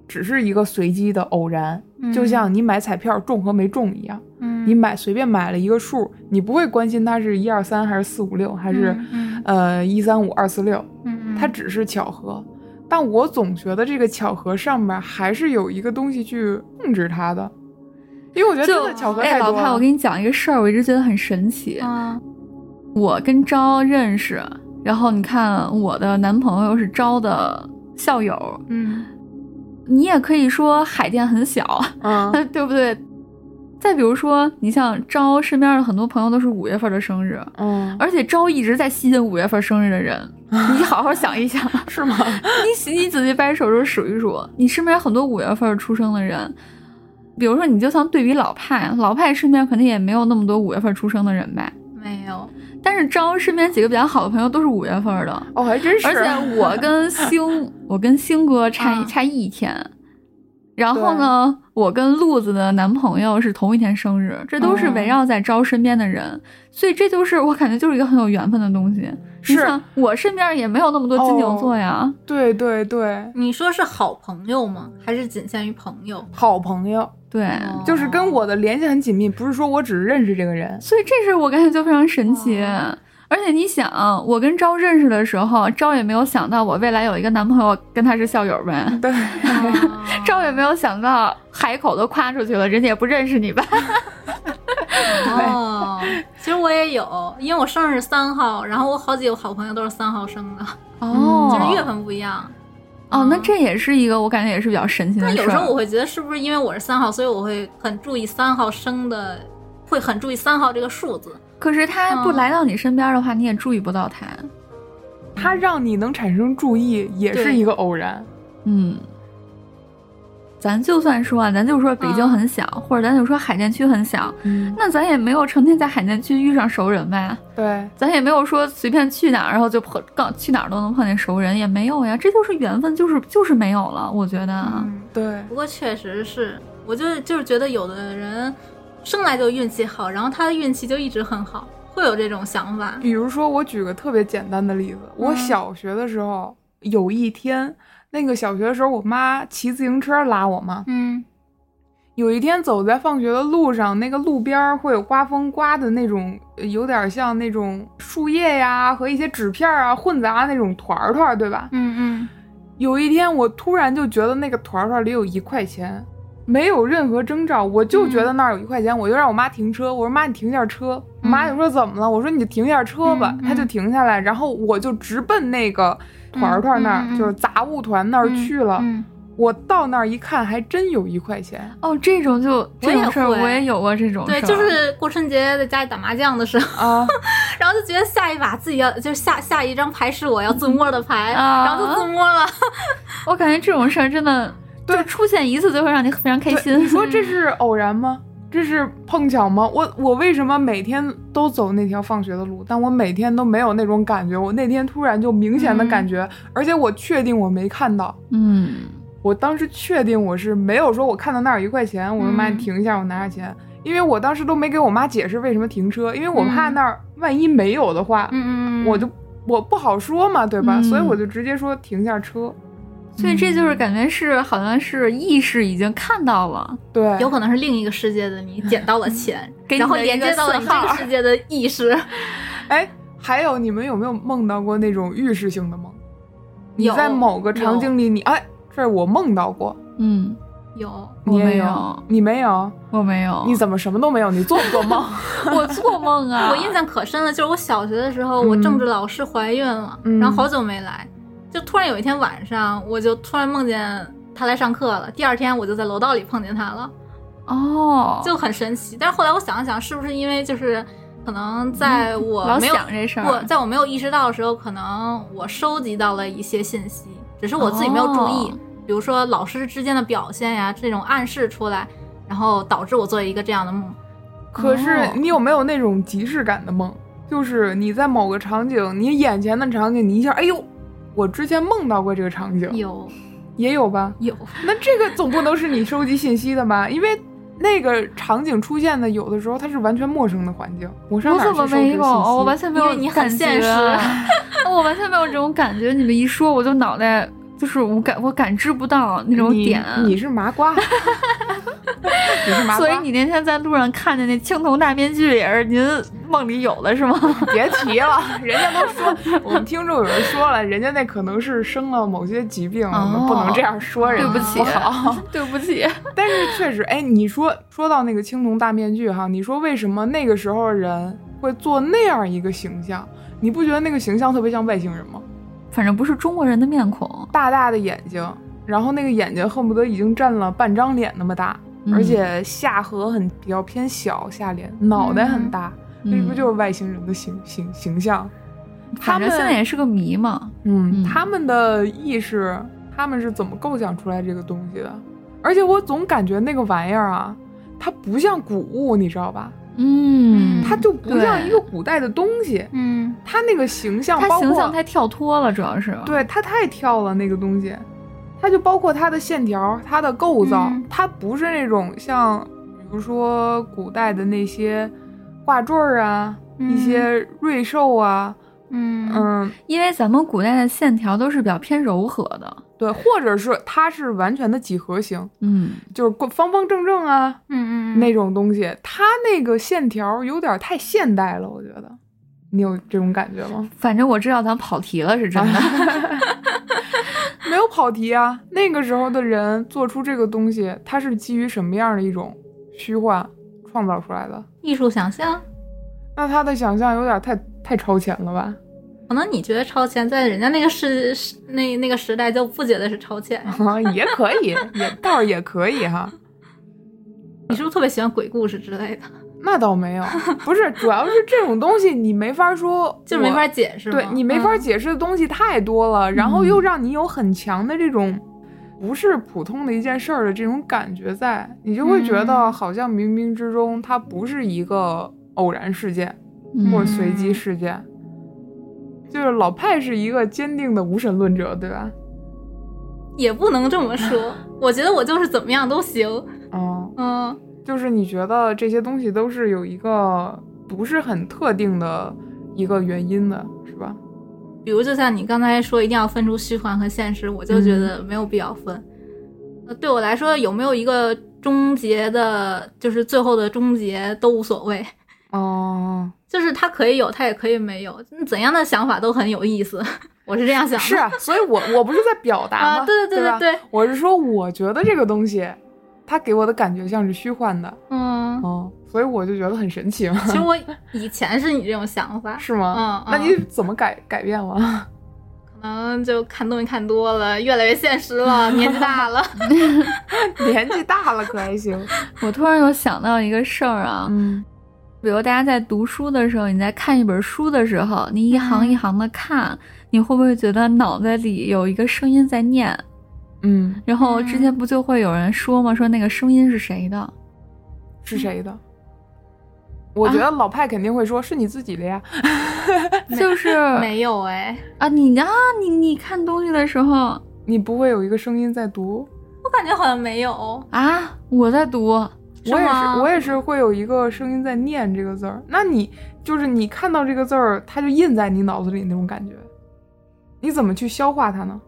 Speaker 1: 只是一个随机的偶然，就
Speaker 3: 嗯
Speaker 1: 像你买彩票中和没中一样，
Speaker 3: 嗯
Speaker 1: 你买随便买了一个数，你不会关心它是一二三还是四五六还是、
Speaker 3: 嗯
Speaker 1: 呃一三五二四六，
Speaker 3: 嗯，
Speaker 1: 它只是巧合。但我总觉得这个巧合上面还是有一个东西去控制它的，因为我觉得真的巧合
Speaker 2: 哎，
Speaker 1: 太
Speaker 2: 老
Speaker 1: 多
Speaker 2: 潘，
Speaker 1: 了
Speaker 2: 我跟你讲一个事儿，我一直觉得很神奇。
Speaker 3: 嗯
Speaker 2: 我跟昭认识，然后你看我的男朋友是昭的校友，
Speaker 1: 嗯
Speaker 2: 你也可以说海淀很小，
Speaker 1: 嗯
Speaker 2: 对不对？再比如说，你像昭身边的很多朋友都是五月份的生日，
Speaker 1: 嗯，
Speaker 2: 而且昭一直在吸引五月份生日 的人。你好好想一想，
Speaker 1: 是吗？
Speaker 2: 你你仔细掰手指数一数，你身边很多五月份出生的人，比如说你就像对比老派，老派身边肯定也没有那么多五月份出生的人呗。
Speaker 3: 没有，
Speaker 2: 但是张身边几个比较好的朋友都是五月份儿的，
Speaker 1: 哦，还真是。
Speaker 2: 而且我跟星，我跟星哥差一
Speaker 3: 嗯
Speaker 2: 差一天，然后呢，我跟路子的男朋友是同一天生日，这都是
Speaker 1: 哦
Speaker 2: 围绕在招身边的人，所以这就是我感觉就是一个很有缘分的东西。你
Speaker 1: 是
Speaker 2: 像我身边也没有那么多金牛座
Speaker 3: 哦
Speaker 2: 呀，
Speaker 1: 对对对，
Speaker 3: 你说是好朋友吗？还是仅限于朋友？
Speaker 1: 好朋友
Speaker 2: 对，
Speaker 3: 哦
Speaker 1: 就是跟我的联系很紧密，不是说我只是认识这个人。
Speaker 2: 所以这是我感觉就非常神奇。
Speaker 3: 哦
Speaker 2: 而且你想，我跟昭认识的时候，昭也没有想到我未来有一个男朋友跟他是校友呗。
Speaker 3: 嗯
Speaker 1: 对，
Speaker 3: 哦
Speaker 2: 赵也没有想到，海口都夸出去了，人家也不认识你吧？
Speaker 3: 哦，其实我也有，因为我生日是三号，然后我好几个好朋友都是三号生的，
Speaker 1: 嗯
Speaker 3: 就是月份不一样。
Speaker 2: 哦，那这也是一个我感觉也是比较神奇的
Speaker 3: 但
Speaker 2: 事儿。
Speaker 3: 有时候我会觉得，是不是因为我是三号，所以我会很注意三号生的，会很注意三号这个数字。
Speaker 2: 可是
Speaker 3: 嗯
Speaker 2: 他不来到你身边的话，你也注意不到他。
Speaker 1: 他让你能产生注意，也是
Speaker 3: 对
Speaker 1: 一个偶然。
Speaker 2: 嗯，咱就算说啊，咱就说北
Speaker 3: 嗯
Speaker 2: 京很小，或者咱就说海淀区很小，
Speaker 1: 嗯，
Speaker 2: 那咱也没有成天在海淀区遇上熟人呗。
Speaker 1: 对，
Speaker 2: 咱也没有说随便去哪儿，然后就碰刚去哪儿都能碰见熟人，也没有呀。这就是缘分，就是就是没有了。我觉得啊，
Speaker 3: 嗯，
Speaker 1: 对，
Speaker 3: 不过确实是，我就是就是觉得有的人生来就运气好，然后他的运气就一直很好，会有这种想法。
Speaker 1: 比如说，我举个特别简单的例子，我小学的时候有一天，那个小学的时候，我妈骑自行车拉我嘛。
Speaker 3: 嗯
Speaker 1: 有一天走在放学的路上，那个路边儿会有刮风刮的那种，呃有点像那种树叶呀和一些纸片儿啊混杂那种团儿团儿，对吧？
Speaker 3: 嗯
Speaker 1: 有一天，我突然就觉得那个团团里有一块钱，没有任何征兆，我就觉得那儿有一块钱，
Speaker 3: 嗯
Speaker 1: 我就让我妈停车。我说妈，你停一下车。我妈就说怎么了？我说你停一下车吧。
Speaker 3: 嗯嗯
Speaker 1: 她就停下来，然后我就直奔那个团团那儿，
Speaker 3: 嗯嗯嗯
Speaker 1: 就是杂物团那儿去了。
Speaker 3: 嗯，
Speaker 1: 我到那儿一看，还真有一块钱。
Speaker 2: 哦，这种就
Speaker 3: 我
Speaker 2: 这
Speaker 3: 也
Speaker 2: 种事儿
Speaker 3: 会
Speaker 2: 我也有过这种事
Speaker 3: 对，
Speaker 2: 儿，
Speaker 3: 就是过春节在家里打麻将的时候，
Speaker 1: 啊，
Speaker 3: 然后就觉得下一把自己要就是下下一张牌是我要自摸的牌，
Speaker 2: 啊
Speaker 3: 然后就自摸了。
Speaker 2: 我感觉这种事儿真的，
Speaker 1: 对
Speaker 2: 就出现一次就会让你非常开
Speaker 1: 对
Speaker 2: 心。
Speaker 1: 你说
Speaker 3: 嗯
Speaker 1: 这是偶然吗？这是碰巧吗？我我为什么每天都走那条放学的路，但我每天都没有那种感觉？我那天突然就明显的
Speaker 3: 嗯
Speaker 1: 感觉，而且我确定我没看到。
Speaker 2: 嗯，
Speaker 1: 我当时确定我是没有说，我看到那儿有一块钱，我说妈，
Speaker 3: 嗯
Speaker 1: 你停一下，我拿下钱。因为我当时都没给我妈解释为什么停车，因为我怕
Speaker 3: 嗯
Speaker 1: 那儿万一没有的话，
Speaker 3: 嗯嗯，
Speaker 1: 我就我不好说嘛，对吧？
Speaker 2: 嗯
Speaker 1: 所以我就直接说停下车。
Speaker 2: 所以这就是感觉是好像是意识已经看到了，
Speaker 1: 对，
Speaker 3: 有可能是另一个世界的你捡到了钱，
Speaker 2: 给你
Speaker 3: 然后
Speaker 2: 的一
Speaker 3: 连
Speaker 2: 个
Speaker 3: 接到了你
Speaker 2: 信
Speaker 3: 这
Speaker 2: 号
Speaker 3: 个世界的 意识。
Speaker 1: 哎，还有你们有没有梦到过那种预示性的梦？你
Speaker 3: 有
Speaker 1: 在某个场景里，你哎，这儿我梦到过，
Speaker 2: 嗯，
Speaker 3: 有，
Speaker 1: 你
Speaker 2: 我
Speaker 1: 也
Speaker 2: 没有嗯
Speaker 1: 你没有，
Speaker 2: 我没有，
Speaker 1: 你怎么什么都没有？你做不做 梦？
Speaker 2: 我做梦啊？
Speaker 3: 我印象可深了，就是我小学的时候，
Speaker 1: 嗯
Speaker 3: 我政治老师怀孕了，
Speaker 1: 嗯
Speaker 3: 然后好久没来，就突然有一天晚上，我就突然梦见她来上课了。第二天我就在楼道里碰见她了，
Speaker 2: 哦，
Speaker 3: 就很神奇。但是后来我想了想，是不是因为就是可能在我
Speaker 2: 嗯老
Speaker 3: 没有
Speaker 2: 想这事
Speaker 3: 我
Speaker 2: 儿，
Speaker 3: 在我没有意识到的时候，可能我收集到了一些信息，只是我自己没有注意，
Speaker 2: 哦
Speaker 3: 比如说老师之间的表现呀，这种暗示出来，然后导致我做一个这样的梦。
Speaker 1: 可是
Speaker 2: 哦
Speaker 1: 你有没有那种即视感的梦？就是你在某个场景，你眼前的场景，你一下，哎呦，我之前梦到过这个场景，
Speaker 3: 有
Speaker 1: 也有吧？
Speaker 3: 有，
Speaker 1: 那这个总不能是你收集信息的吧？因为那个场景出现的，有的时候它是完全陌生的环境。我上
Speaker 2: 我
Speaker 1: 哪
Speaker 2: 怎
Speaker 1: 儿去
Speaker 2: 么
Speaker 1: 收
Speaker 2: 没
Speaker 1: 集信息？
Speaker 2: 有？我完全没有
Speaker 3: 因为你很
Speaker 2: 感
Speaker 3: 现
Speaker 2: 觉啊 我完全没有这种感觉。你们一说，我就脑袋就是我感我感知不到那种点。啊
Speaker 1: 你你是麻 瓜，你是麻瓜，
Speaker 2: 所以你那天在路上看见那青铜大面具也是您梦里有的是吗？
Speaker 1: 别提了，人家都说我们听众有人说了，人家那可能是生了某些疾病，我们不能这样说人
Speaker 2: 哦
Speaker 1: 家，
Speaker 2: 对不起，
Speaker 1: 不好。
Speaker 2: 对不 起，
Speaker 1: 但是确实，哎，你说说到那个青铜大面具哈，你说为什么那个时候人会做那样一个形象？你不觉得那个形象特别像外星人吗？
Speaker 2: 反正不是中国人的面孔，
Speaker 1: 大大的眼睛，然后那个眼睛恨不得已经占了半张脸那么大，而
Speaker 2: 嗯
Speaker 1: 且下颌很比较偏小，下脸脑袋很大，
Speaker 2: 嗯
Speaker 1: 这不就是外星人的形形形象？
Speaker 2: 反正
Speaker 1: 他们
Speaker 2: 现在也是个谜嘛。
Speaker 1: 嗯，
Speaker 2: 嗯
Speaker 1: 他们的意识，他们是怎么构想出来这个东西的？而且我总感觉那个玩意儿啊，它不像古物，你知道吧？
Speaker 2: 嗯，
Speaker 1: 它就不像
Speaker 2: 对
Speaker 1: 一个古代的东西，
Speaker 3: 嗯，
Speaker 1: 它那个形象，
Speaker 2: 他
Speaker 1: 包括
Speaker 2: 形象太跳脱了，主要是。
Speaker 1: 对它太跳了那个东西，它就包括它的线条、它的构造，
Speaker 3: 嗯
Speaker 1: 它不是那种像比如说古代的那些挂坠儿啊、一些瑞兽啊，
Speaker 3: 嗯
Speaker 1: 嗯，
Speaker 2: 因为咱们古代的线条都是比较偏柔和的，
Speaker 1: 对，或者是它是完全的几何形，
Speaker 2: 嗯，
Speaker 1: 就是过方方正正啊。
Speaker 3: 嗯嗯
Speaker 1: 那种东西，它那个线条有点太现代了，我觉得，你有这种感觉吗？
Speaker 2: 反正我知道咱跑题了，是真的。
Speaker 1: 没有跑题啊，那个时候的人做出这个东西，它是基于什么样的一种虚幻创造出来的？
Speaker 3: 艺术想象，
Speaker 1: 那他的想象有点太太超前了吧？
Speaker 3: 可能你觉得超前，在人家那个时时那那个时代就不觉得是超前。
Speaker 1: 啊，也可以，也倒是也可以哈。
Speaker 3: 你是不是特别喜欢鬼故事之类的？
Speaker 1: 那倒没有，不是，主要是这种东西你没法说，
Speaker 3: 就是没法
Speaker 1: 我
Speaker 3: 解释吗，
Speaker 1: 对你没法
Speaker 3: 嗯
Speaker 1: 解释的东西太多了，然后又让你有很强的这种不是普通的一件事儿的这种感觉在，你就会觉得
Speaker 3: 嗯
Speaker 1: 好像冥冥之中它不是一个偶然事件或者
Speaker 2: 嗯
Speaker 1: 随机事件。就是老派是一个坚定的无神论者，对吧？
Speaker 3: 也不能这么说。我觉得我就是怎么样都行，
Speaker 1: 嗯，
Speaker 3: 嗯
Speaker 1: 就是你觉得这些东西都是有一个不是很特定的一个原因的，是吧？
Speaker 3: 比如就像你刚才说，一定要分出虚幻和现实，我就
Speaker 1: 嗯
Speaker 3: 觉得没有必要分。呃，对我来说，有没有一个终结的，就是最后的终结都无所谓，
Speaker 1: 哦、
Speaker 3: 就是它可以有，它也可以没有，怎样的想法都很有意思。 我是这样想的，
Speaker 1: 是啊，所以我我不是在表达
Speaker 3: 啊
Speaker 1: 吗？
Speaker 3: 对对对
Speaker 1: 吧
Speaker 3: 对对
Speaker 1: 我是说，我觉得这个东西，它给我的感觉像是虚幻的，
Speaker 3: 嗯，
Speaker 1: 哦，所以我就觉得很神奇嘛，
Speaker 3: 其实我以前是你这种想法，
Speaker 1: 是吗？
Speaker 3: 嗯
Speaker 1: 那
Speaker 3: 嗯
Speaker 1: 你怎么改改变了？
Speaker 3: 可能就看东西看多了，越来越现实了，年纪大了，
Speaker 1: 年纪大了可还行？
Speaker 2: 我突然有想到一个事儿啊，
Speaker 1: 嗯
Speaker 2: 比如大家在读书的时候，你在看一本书的时候，你一行一行的看，你会不会觉得脑袋里有一个声音在念？
Speaker 1: 嗯，
Speaker 2: 然后之前不就会有人说吗？说那个声音是谁 的？
Speaker 1: 是谁的？我觉得老派肯定会说是你自己的呀，
Speaker 2: 就是
Speaker 3: 没有哎，
Speaker 2: 啊，你啊，你你看东西的时候
Speaker 1: 你不会有一个声音在读。
Speaker 3: 我感觉好像没有，
Speaker 2: 啊，我在读，
Speaker 3: 是
Speaker 1: 我也
Speaker 3: 吗
Speaker 1: 是，我也是会有一个声音在念这个字儿。那你就是你看到这个字儿，它就印在你脑子里那种感觉，你怎么去消化它呢？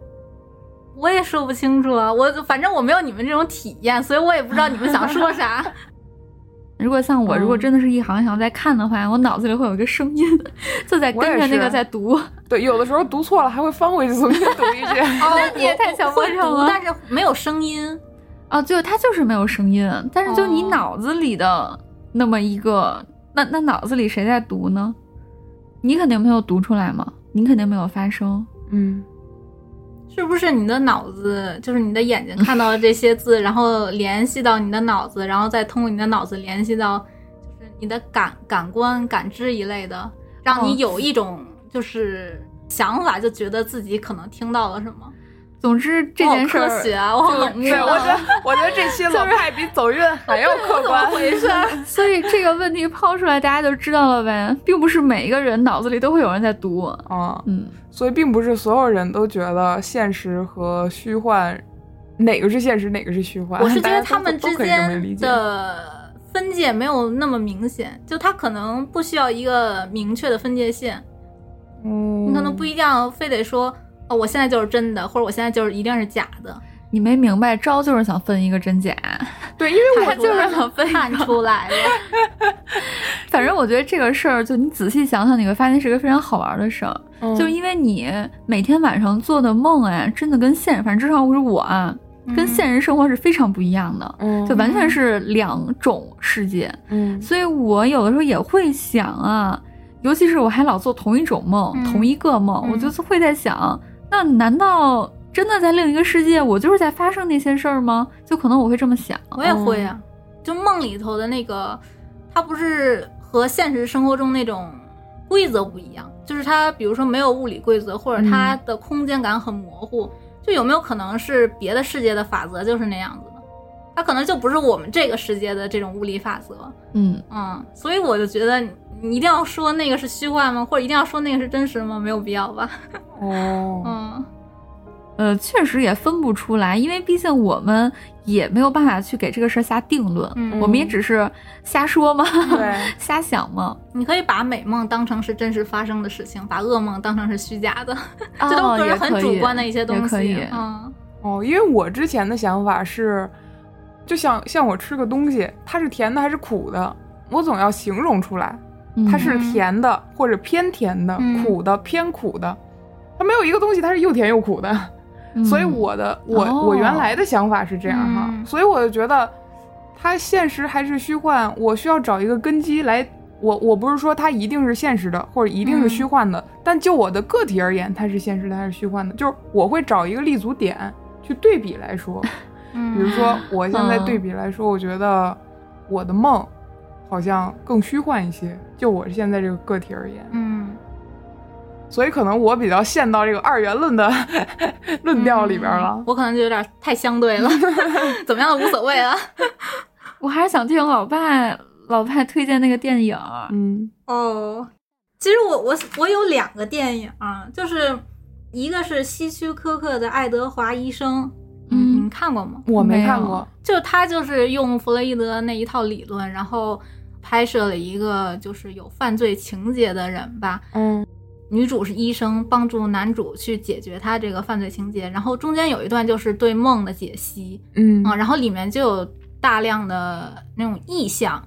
Speaker 3: 我也说不清楚啊，我反正我没有你们这种体验，所以我也不知道你们想 说啥。
Speaker 2: 如果像我，
Speaker 1: 嗯
Speaker 2: 如果真的是一行一行在看的话，我脑子里会有一个声音，就在跟
Speaker 1: 我
Speaker 2: 着
Speaker 1: 也是
Speaker 2: 那个在读。
Speaker 1: 对，有的时候读错了还会翻回去重新读一 遍。
Speaker 3: 哦，
Speaker 2: 你也太强迫
Speaker 3: 会
Speaker 2: 症
Speaker 3: 读，
Speaker 2: 了
Speaker 3: 但是没有声音。
Speaker 2: 哦，就它就是没有声音，但是就你
Speaker 3: 哦
Speaker 2: 脑子里的那么一个，那那脑子里谁在读呢？你肯定没有读出来嘛，你肯定没有发声。
Speaker 1: 嗯，
Speaker 3: 是不是你的脑子，就是你的眼睛看到了这些字，然后联系到你的脑子，然后再通过你的脑子联系到，就是你的感感官、感知一类的，让
Speaker 2: 哦
Speaker 3: 你有一种就是想法，就觉得自己可能听到了什么。
Speaker 2: 总之这
Speaker 3: 我好
Speaker 2: 件事
Speaker 3: 科
Speaker 2: 儿，
Speaker 3: 学啊，我好冷
Speaker 1: 对，
Speaker 3: 漠
Speaker 1: 我觉
Speaker 3: 啊。
Speaker 1: 得我觉得这期老派比走运还要 客观。
Speaker 2: 所以这个问题抛出来，大家就知道了呗，并不是每一个人脑子里都会有人在读。
Speaker 1: 啊、
Speaker 2: 嗯，
Speaker 1: 所以并不是所有人都觉得现实和虚幻哪个是现实，哪个是虚幻？
Speaker 3: 我是觉
Speaker 1: 大
Speaker 3: 得
Speaker 1: 家
Speaker 3: 他
Speaker 1: 都
Speaker 3: 们
Speaker 1: 都
Speaker 3: 之
Speaker 1: 可以这么理
Speaker 3: 间
Speaker 1: 解
Speaker 3: 的分界没有那么明显，就他可能不需要一个明确的分界线，
Speaker 1: 嗯，
Speaker 3: 你可能不一定要非得说哦，我现在就是真的，或者我现在就是一定是假的，
Speaker 2: 你没明白，招就是想分一个真假。
Speaker 1: 对，因 为我
Speaker 3: 看出来
Speaker 2: 就是很非
Speaker 3: 看出来了，
Speaker 2: 反正我觉得这个事儿，就你仔细想想，你会发现是个非常好玩的事儿。
Speaker 1: 嗯
Speaker 2: 就是因为你每天晚上做的梦，哎，真的跟现实，反正至少是我啊，跟现实生活是非常不一样的，
Speaker 1: 嗯
Speaker 2: 就完全是两种世界。
Speaker 1: 嗯
Speaker 2: 所以我有的时候也会想啊，尤其是我还老做同一种梦、
Speaker 3: 嗯
Speaker 2: 同一个梦，
Speaker 3: 嗯
Speaker 2: 我就是会在想，那难道真的在另一个世界，我就是在发生那些事儿吗？就可能我会这么想。
Speaker 3: 我也会啊，就梦里头的那个，它不是和现实生活中那种规则不一样，就是它比如说没有物理规则，或者它的空间感很模糊，就有没有可能是别的世界的法则就是那样子的？它可能就不是我们这个世界的这种物理法则，
Speaker 2: 嗯，
Speaker 3: 嗯，所以我就觉得你你一定要说那个是虚幻吗？或者一定要说那个是真实吗？没有必要吧，
Speaker 1: 哦，
Speaker 3: 嗯
Speaker 2: 呃，确实也分不出来，因为毕竟我们也没有办法去给这个事儿下定论，
Speaker 3: 嗯
Speaker 2: 我们也只是瞎说嘛，
Speaker 1: 对
Speaker 2: 瞎想嘛，
Speaker 3: 你可以把美梦当成是真实发生的事情，把噩梦当成是虚假的。这都
Speaker 2: 哦
Speaker 3: 个人
Speaker 2: 也可
Speaker 3: 很
Speaker 2: 以
Speaker 3: 主观的一些东
Speaker 2: 也
Speaker 3: 西。
Speaker 2: 可以，
Speaker 3: 嗯
Speaker 1: 哦，因为我之前的想法是，就像像我吃个东西，它是甜的还是苦的，我总要形容出来，
Speaker 2: 嗯
Speaker 1: 它是甜的或者偏甜的，
Speaker 3: 嗯
Speaker 1: 苦的偏苦的，它没有一个东西它是又甜又苦的。所以
Speaker 2: 嗯
Speaker 1: 我的我、
Speaker 2: 哦
Speaker 1: 我原来的想法是这样哈，
Speaker 3: 嗯
Speaker 1: 所以我就觉得，它现实还是虚幻，我需要找一个根基来。我我不是说它一定是现实的，或者一定是虚
Speaker 2: 嗯
Speaker 1: 幻的，但就我的个体而言，它是现实的还是虚幻的，就是我会找一个立足点去对比来说。
Speaker 3: 嗯，
Speaker 1: 比如 说，我现在
Speaker 2: 嗯
Speaker 1: 对比来说，我觉得我的梦好像更虚幻一些，就我现在这个个体而言。
Speaker 3: 嗯，
Speaker 1: 所以可能我比较陷到这个二元论的
Speaker 3: 嗯
Speaker 1: 论调里边了。
Speaker 3: 我可能就有点太相对了， 怎么样都无所谓了。
Speaker 2: 我还是想听老爸老爸推荐那个电影儿，
Speaker 1: 嗯
Speaker 3: 哦，其实我我我有两个电影啊，就是一个是希区柯克的《爱德华医生》，
Speaker 2: 嗯
Speaker 3: 你看过吗？
Speaker 1: 我
Speaker 2: 没
Speaker 1: 没
Speaker 2: 有
Speaker 1: 看过，
Speaker 3: 就他就是用弗洛伊德那一套理论，然后拍摄了一个就是有犯罪情节的人吧，
Speaker 1: 嗯
Speaker 3: 女主是医生，帮助男主去解决他这个犯罪情节，然后中间有一段就是对梦的解析，
Speaker 1: 嗯
Speaker 3: 啊，然后里面就有大量的那种意象，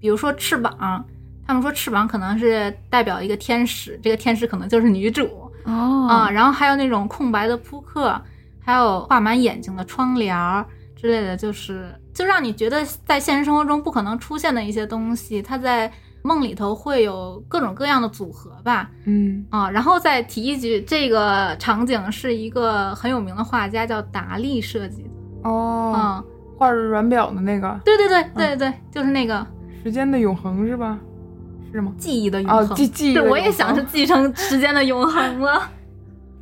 Speaker 3: 比如说翅膀，他们说翅膀可能是代表一个天使，这个天使可能就是女主
Speaker 2: 哦
Speaker 3: 啊，然后还有那种空白的扑克，还有画满眼睛的窗帘儿之类的，就是就让你觉得在现实生活中不可能出现的一些东西，它在梦里头会有各种各样的组合吧，
Speaker 1: 嗯
Speaker 3: 啊，然后再提一句，这个场景是一个很有名的画家叫达利设计的。
Speaker 1: 哦，嗯
Speaker 3: 啊，
Speaker 1: 画着软表的那个
Speaker 3: 对对对对对，就是那个
Speaker 1: 《时间的永恒》是吧？是吗？
Speaker 3: 记忆的永
Speaker 1: 哦
Speaker 3: 恒。，
Speaker 1: 记记忆的
Speaker 3: 对，
Speaker 1: 永恒，
Speaker 3: 我也想是继承时间的永恒了。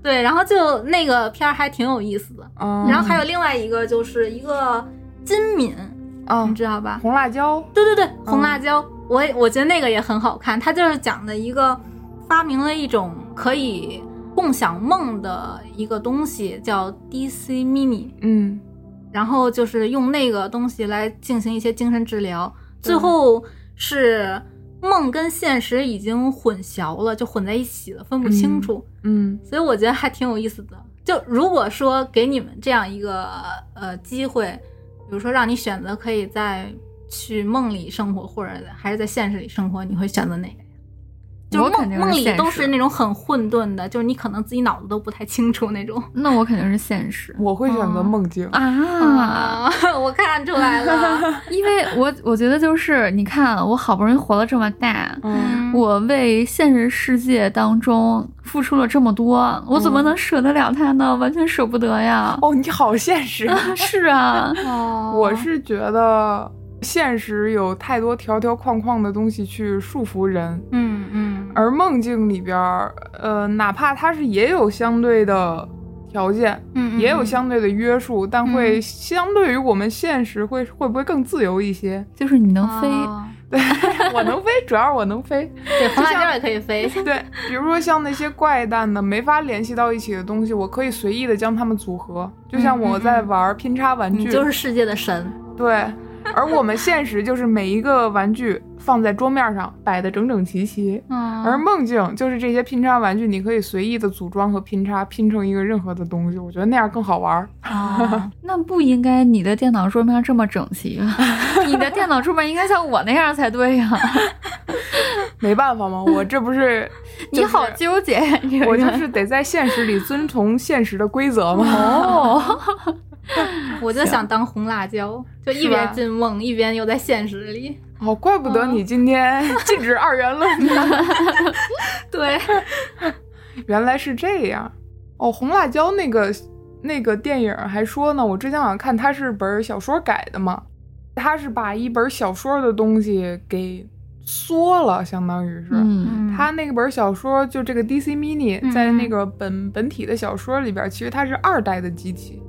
Speaker 3: 对，然后就那个片儿还挺有意思的。
Speaker 1: 嗯，
Speaker 3: 然后还有另外一个，就是一个金敏，你
Speaker 1: 嗯，
Speaker 3: 知道吧？
Speaker 1: 红辣椒，
Speaker 3: 对对对，
Speaker 1: 嗯
Speaker 3: 红辣椒，我也我觉得那个也很好看。它就是讲的一个发明了一种可以共享梦的一个东西，叫 DC Mini。
Speaker 1: 嗯
Speaker 3: 然后就是用那个东西来进行一些精神治疗。最后是梦跟现实已经混淆了，就混在一起了，分不清楚。
Speaker 1: 嗯
Speaker 3: 所以我觉得还挺有意思的。就如果说给你们这样一个呃机会，比如说让你选择可以在去梦里生活，或者还是在现实里生活，你会选择哪个呀？就
Speaker 2: 我
Speaker 3: 是
Speaker 2: 肯
Speaker 3: 梦
Speaker 2: 定
Speaker 3: 梦
Speaker 2: 是
Speaker 3: 里
Speaker 2: 现
Speaker 3: 都
Speaker 2: 实
Speaker 3: 是那种很混沌的，就是你可能自己脑子都不太清楚那种。
Speaker 2: 那我肯定是现实
Speaker 1: 我会选
Speaker 3: 哦
Speaker 1: 择梦境，
Speaker 3: 啊
Speaker 2: 啊，，
Speaker 3: 我看出来了。
Speaker 2: 因为我我觉得就是你看，啊我好不容易活了这么大，
Speaker 1: 嗯
Speaker 2: 我为现实世界当中付出了这么多，我怎么
Speaker 1: 嗯
Speaker 2: 能舍得了他呢？完全舍不得 呀。
Speaker 1: 哦，你好现 实，
Speaker 2: 是啊，
Speaker 3: 哦
Speaker 1: 我是觉得现实有太多条条框框的东西去束缚人，
Speaker 3: 嗯嗯
Speaker 1: 而梦境里边儿，呃，哪怕它是也有相对的条件，
Speaker 3: 嗯
Speaker 1: 也有相对的约束，但会相对于我们现实会会不会更自由一些？
Speaker 2: 就是你
Speaker 3: 哦
Speaker 2: 能飞，
Speaker 1: 对，我能飞，主要是我能 飞。
Speaker 3: 对，红辣椒也可以飞。
Speaker 1: 对，比如说像那些怪诞的、没法联系到一起的东西，我可以随意的将它们组合，就像我在玩拼插玩具，
Speaker 3: 嗯你就是世界的神，
Speaker 1: 对。而我们现实就是每一个玩具放在桌面上摆得整整齐齐，
Speaker 2: 嗯
Speaker 1: 而梦境就是这些拼插玩具，你可以随意的组装和拼插，拼成一个任何的东西。我觉得那样更好玩儿。
Speaker 3: 哦
Speaker 2: 啊，那不应该你的电脑桌面这么整 齐啊！你的电脑桌面应该像我那样才对呀、，
Speaker 1: 没办法嘛，我这不是
Speaker 2: 你 好啊
Speaker 1: 就是
Speaker 2: 纠 结，这个
Speaker 1: 我就
Speaker 2: 人
Speaker 1: 是得在现实里遵从现实的规则嘛。
Speaker 2: 哦，
Speaker 3: 我就想当红辣椒，就一
Speaker 1: 是
Speaker 3: 边
Speaker 1: 吧
Speaker 3: 进梦，一边又在现实里。
Speaker 1: 哦，怪不
Speaker 2: 嗯
Speaker 1: 得你今天 禁止二元论呢，
Speaker 3: 对，
Speaker 1: 原来是这样。哦，红辣椒那个那个电影还说呢，我之前好像看它是本儿小说改的嘛，它是把一本小说的东西给缩了，相当于是。
Speaker 2: 嗯，
Speaker 1: 他那本小说，就这个 DC Mini，
Speaker 3: 嗯
Speaker 1: 在那个本本体的小说里边，其实它是二代的机器，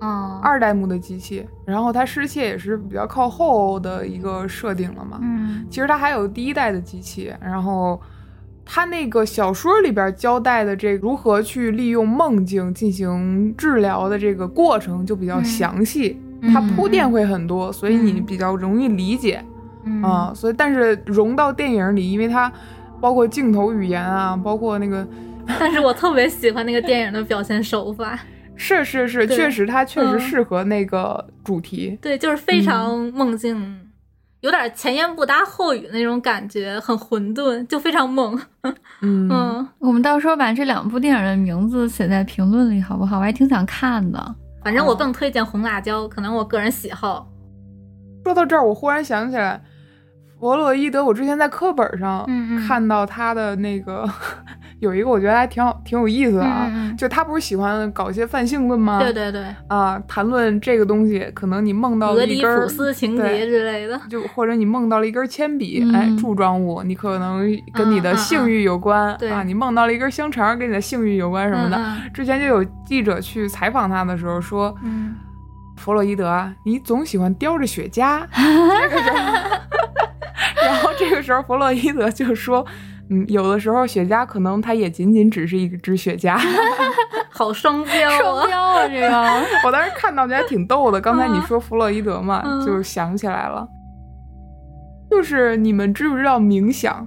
Speaker 3: 嗯，
Speaker 1: 二代目的机器。然后它失窃也是比较靠后的一个设定了嘛。
Speaker 3: 嗯
Speaker 1: 其实它还有第一代的机器，然后它那个小说里边交代的这如何去利用梦境进行治疗的这个过程就比较
Speaker 3: 嗯
Speaker 1: 详细，
Speaker 3: 嗯
Speaker 1: 它铺垫会很多，所以你
Speaker 3: 嗯
Speaker 1: 比较容易理解。
Speaker 3: 嗯
Speaker 1: 啊，所以但是融到电影里，因为它包括镜头语言啊，包括那个
Speaker 3: 但是我特别喜欢那个电影的表现手法，
Speaker 1: 是是是，
Speaker 3: 对
Speaker 1: 确实它确实
Speaker 3: 嗯
Speaker 1: 适合那个主题。
Speaker 3: 对，就是
Speaker 1: 嗯
Speaker 3: 非常梦境，有点前言不搭后语那种感觉，很混沌，就非常梦。
Speaker 1: 嗯，
Speaker 3: 嗯，
Speaker 2: 我们到时候把这两部电影的名字写在评论里好不好？我还挺想看的。
Speaker 3: 反
Speaker 1: 哦
Speaker 3: 正我更推荐红辣椒，可能我个人喜好。
Speaker 1: 说到这儿，我忽然想起来，弗洛伊德，我之前在课本上
Speaker 3: 嗯嗯
Speaker 1: 看到他的那个、 有一个，我觉得还挺好，挺有意思的啊。
Speaker 3: 嗯嗯嗯
Speaker 1: 就他不是喜欢搞一些泛性论吗？
Speaker 3: 对对对，
Speaker 1: 啊，谈论这个东西，可能你梦到
Speaker 3: 俄
Speaker 1: 了一
Speaker 3: 狄
Speaker 1: 根儿
Speaker 3: 浦斯情节
Speaker 1: 对
Speaker 3: 之类的。
Speaker 1: 就或者你梦到了一根铅笔，
Speaker 2: 嗯
Speaker 1: 哎，柱状物，你可能跟你的性欲有关、
Speaker 3: 嗯嗯嗯
Speaker 1: 啊，
Speaker 3: 对
Speaker 1: 你梦到了一根香肠，跟你的性欲有关什么的。
Speaker 3: 嗯
Speaker 1: 之前就有记者去采访他的时候说，
Speaker 3: 嗯，
Speaker 1: 弗洛伊德啊，你总喜欢叼着雪茄。 这个时候，然后这个时候弗洛伊德就说，嗯，有的时候雪茄可能它也仅仅只是一支雪茄。
Speaker 3: 嗯好双标
Speaker 2: 双
Speaker 3: 啊！
Speaker 2: 标啊，这个
Speaker 1: 我当时看到觉得还挺逗的。刚才你说弗洛伊德嘛，
Speaker 3: 嗯
Speaker 1: 就想起来了，就是你们知不知道冥想？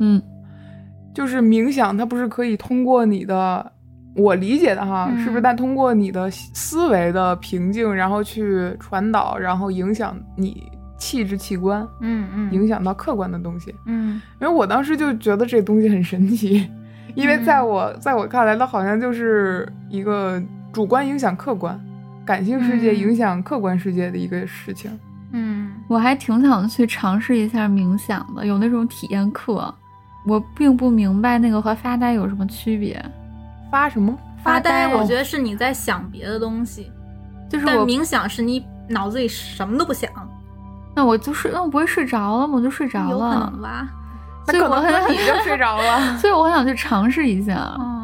Speaker 2: 嗯，
Speaker 1: 就是冥想，它不是可以通过你的，我理解的哈，
Speaker 3: 嗯
Speaker 1: 是不是？但通过你的思维的平静，然后去传导，然后影响你气质器官，
Speaker 3: 嗯嗯
Speaker 1: 影响到客观的东西。
Speaker 3: 嗯
Speaker 1: 因为我当时就觉得这东西很神奇，因为
Speaker 3: 嗯
Speaker 1: 在我、在我看来，它好像就是一个主观影响客观。感性世界
Speaker 3: 嗯
Speaker 1: 影响客观世界的一个事情，
Speaker 3: 嗯
Speaker 2: 我还挺想去尝试一下冥想的，有那种体验课。我并不明白那个和发呆有什么区别，
Speaker 1: 发哦什么？
Speaker 3: 发呆，
Speaker 2: 发呆
Speaker 3: 我觉得是你在想别的东西，
Speaker 2: 就是
Speaker 3: 但
Speaker 2: 我
Speaker 3: 冥想是你脑子里什么都不想，
Speaker 2: 那我就睡，那我不会睡着了吗？我就睡着
Speaker 3: 有可
Speaker 2: 了
Speaker 3: 能，吧？
Speaker 1: 那
Speaker 2: 所以
Speaker 1: 可
Speaker 2: 我
Speaker 1: 能
Speaker 2: 很
Speaker 1: 你就睡着了。
Speaker 2: 所以我很想去尝试一下。
Speaker 3: 嗯